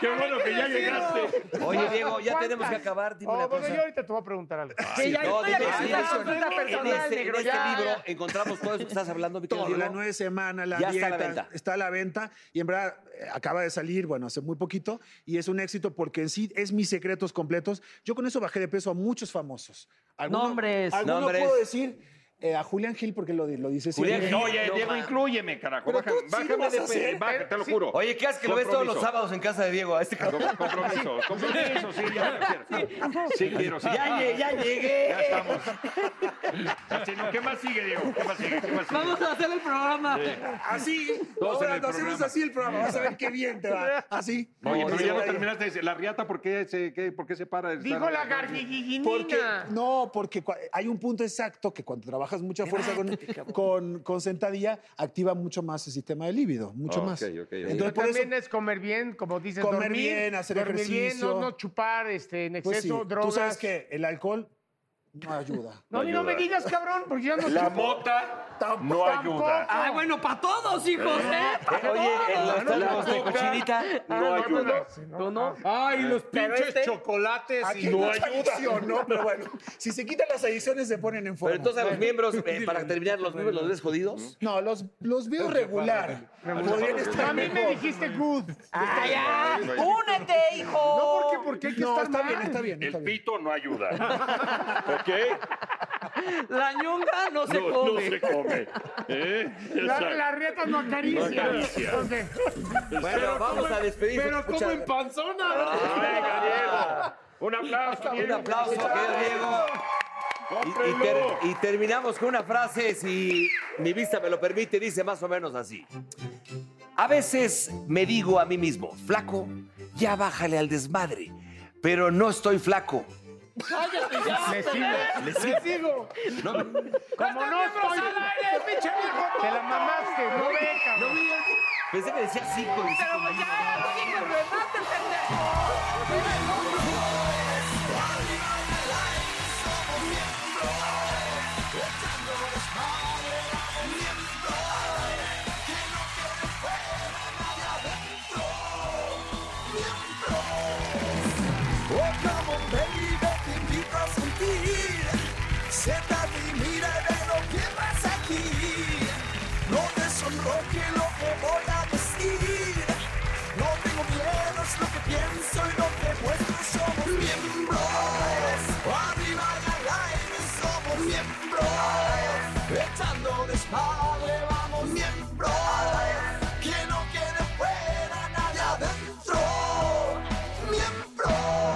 S4: ¡Qué bueno que ya
S21: llegaste!
S1: Oye, Diego, ya tenemos que acabar. Dime una cosa. Ah,
S4: Yo ahorita te voy a preguntar algo.
S1: Sí, no, dime,
S4: ya
S1: sí,
S4: está
S1: eso,
S4: consulta
S1: en
S4: personal,
S1: este-
S4: negro,
S1: En este
S4: ya,
S1: libro
S4: ya.
S1: encontramos todo eso que estás hablando, mi querido
S7: Todo, la
S1: Diego.
S7: nueve semanas, la
S1: Ya está
S7: dieta,
S1: a la venta.
S7: está a la venta y en verdad eh, acaba de salir, bueno, hace muy poquito y es un éxito porque en sí es mis secretos completos. Yo con eso bajé de peso a muchos famosos. Alguno-
S2: Nombres.
S7: alguno
S2: Nombres.
S7: puedo decir eh, a Julián Gil porque lo, di- lo dice
S3: Julián
S7: siempre.
S3: Gil, oye, Diego, inclúyeme, carajo.
S7: Pero
S3: Bájame,
S7: tú sí lo
S3: bájame
S7: vas
S3: de
S7: a hacer.
S3: pe- baja, te lo juro.
S1: Oye, ¿qué haces que lo ves todos los
S3: Compromiso.
S1: sábados en casa de Diego? A este cabrón.
S3: Compromiso, compromiso, sí, ya me quiero. Sí quiero, sí.
S1: Ya llegué, ya llegué.
S3: Ya estamos. Ya, sí, no, ¿Qué más sigue, Diego? ¿Qué más sigue? ¿Qué más sigue?
S2: Vamos a hacer el programa.
S7: Así,
S3: Todos en
S7: ahora
S3: el
S7: lo hacemos
S3: programa.
S7: así el programa, vas a ver [LAUGHS] qué bien te va. Ah, Así.
S3: Oye, pero
S7: Así
S3: ya no
S7: va.
S3: terminaste de decir, ¿La riata por qué se, qué- por qué se para? de
S4: Dijo
S3: estar-
S4: la gargiguinina.
S7: Porque, no, porque cua- hay un punto exacto que cuando trabajas mucha fuerza con, con, con sentadilla, activa mucho más el sistema de líbido, mucho
S3: Ok,
S7: más.
S3: ok, ok.
S7: Entonces,
S4: Pero
S7: por eso,
S4: también es comer bien, como dices,
S7: Comer
S4: dormir,
S7: bien, hacer
S4: dormir
S7: ejercicio.
S4: bien, no, no chupar este, en exceso,
S7: pues sí,
S4: drogas.
S7: tú sabes que el alcohol no
S4: [LAUGHS]
S7: ayuda.
S4: No, y no me digas, cabrón, porque yo no
S3: La
S4: chupo.
S3: mota no
S4: Tampoco.
S3: ayuda.
S4: Ah,
S2: Ay, bueno, para todos, hijos, ¿eh? Pa'
S1: Eh, oye, en los
S2: todos.
S1: tacos de cochinita.
S3: No ayuda.
S2: ¿Tú no?
S21: Ay, los pinches
S4: este-
S21: chocolates
S7: Aquí
S21: y
S7: no ayuda, ¿no? Pero bueno, si se quitan las adicciones, se ponen en forma.
S1: Pero entonces a los miembros, eh, para terminar, los miembros los ves jodidos.
S7: No, los, los veo regular. Podrían estar
S4: A mí me
S7: mejor.
S4: dijiste good.
S2: ¡Ay, ya! ¡Únete, hijo!
S4: No, porque, porque hay que
S7: No,
S4: estar
S7: está
S4: mal.
S7: bien, está bien, está
S3: El
S7: bien.
S3: pito no ayuda. ¿Ok?
S2: La ñonga no se
S3: No, no
S2: come.
S3: se come. ¿Eh?
S4: La,
S3: Exacto.
S4: la rieta no acaricia.
S3: No acaricia.
S4: Ok.
S1: Bueno, vamos
S2: em-,
S1: a despedir.
S21: Pero como en panzona.
S3: Venga, Diego. Un aplauso.
S1: Un
S3: Diego.
S1: aplauso, querido Diego. Y, y ter- y terminamos con una frase, si mi vista me lo permite, dice más o menos así. A veces me digo a mí mismo, flaco, ya bájale al desmadre, pero no estoy flaco.
S2: ¡Cállate ya!
S4: Le sigo, le sigo. Como no estoy... Te la mamaste, no ve, cabrón.
S1: Pensé que decía así con
S2: ¡Pero pues ya! ¡No digas remate, pendejo!
S8: Oh, come on, baby, te invito a sentir. Siéntate y mira y ve lo que pasa aquí. No te sonroje lo que voy a decir. No tengo miedo, es lo que pienso y lo que muestro. Somos miembros. Arriba en el aire somos miembros. Echando desmadre vamos miembros. Que no quede fuera nadie adentro. Miembros.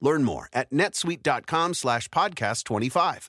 S1: Learn more at netsuite.com slash podcast 25.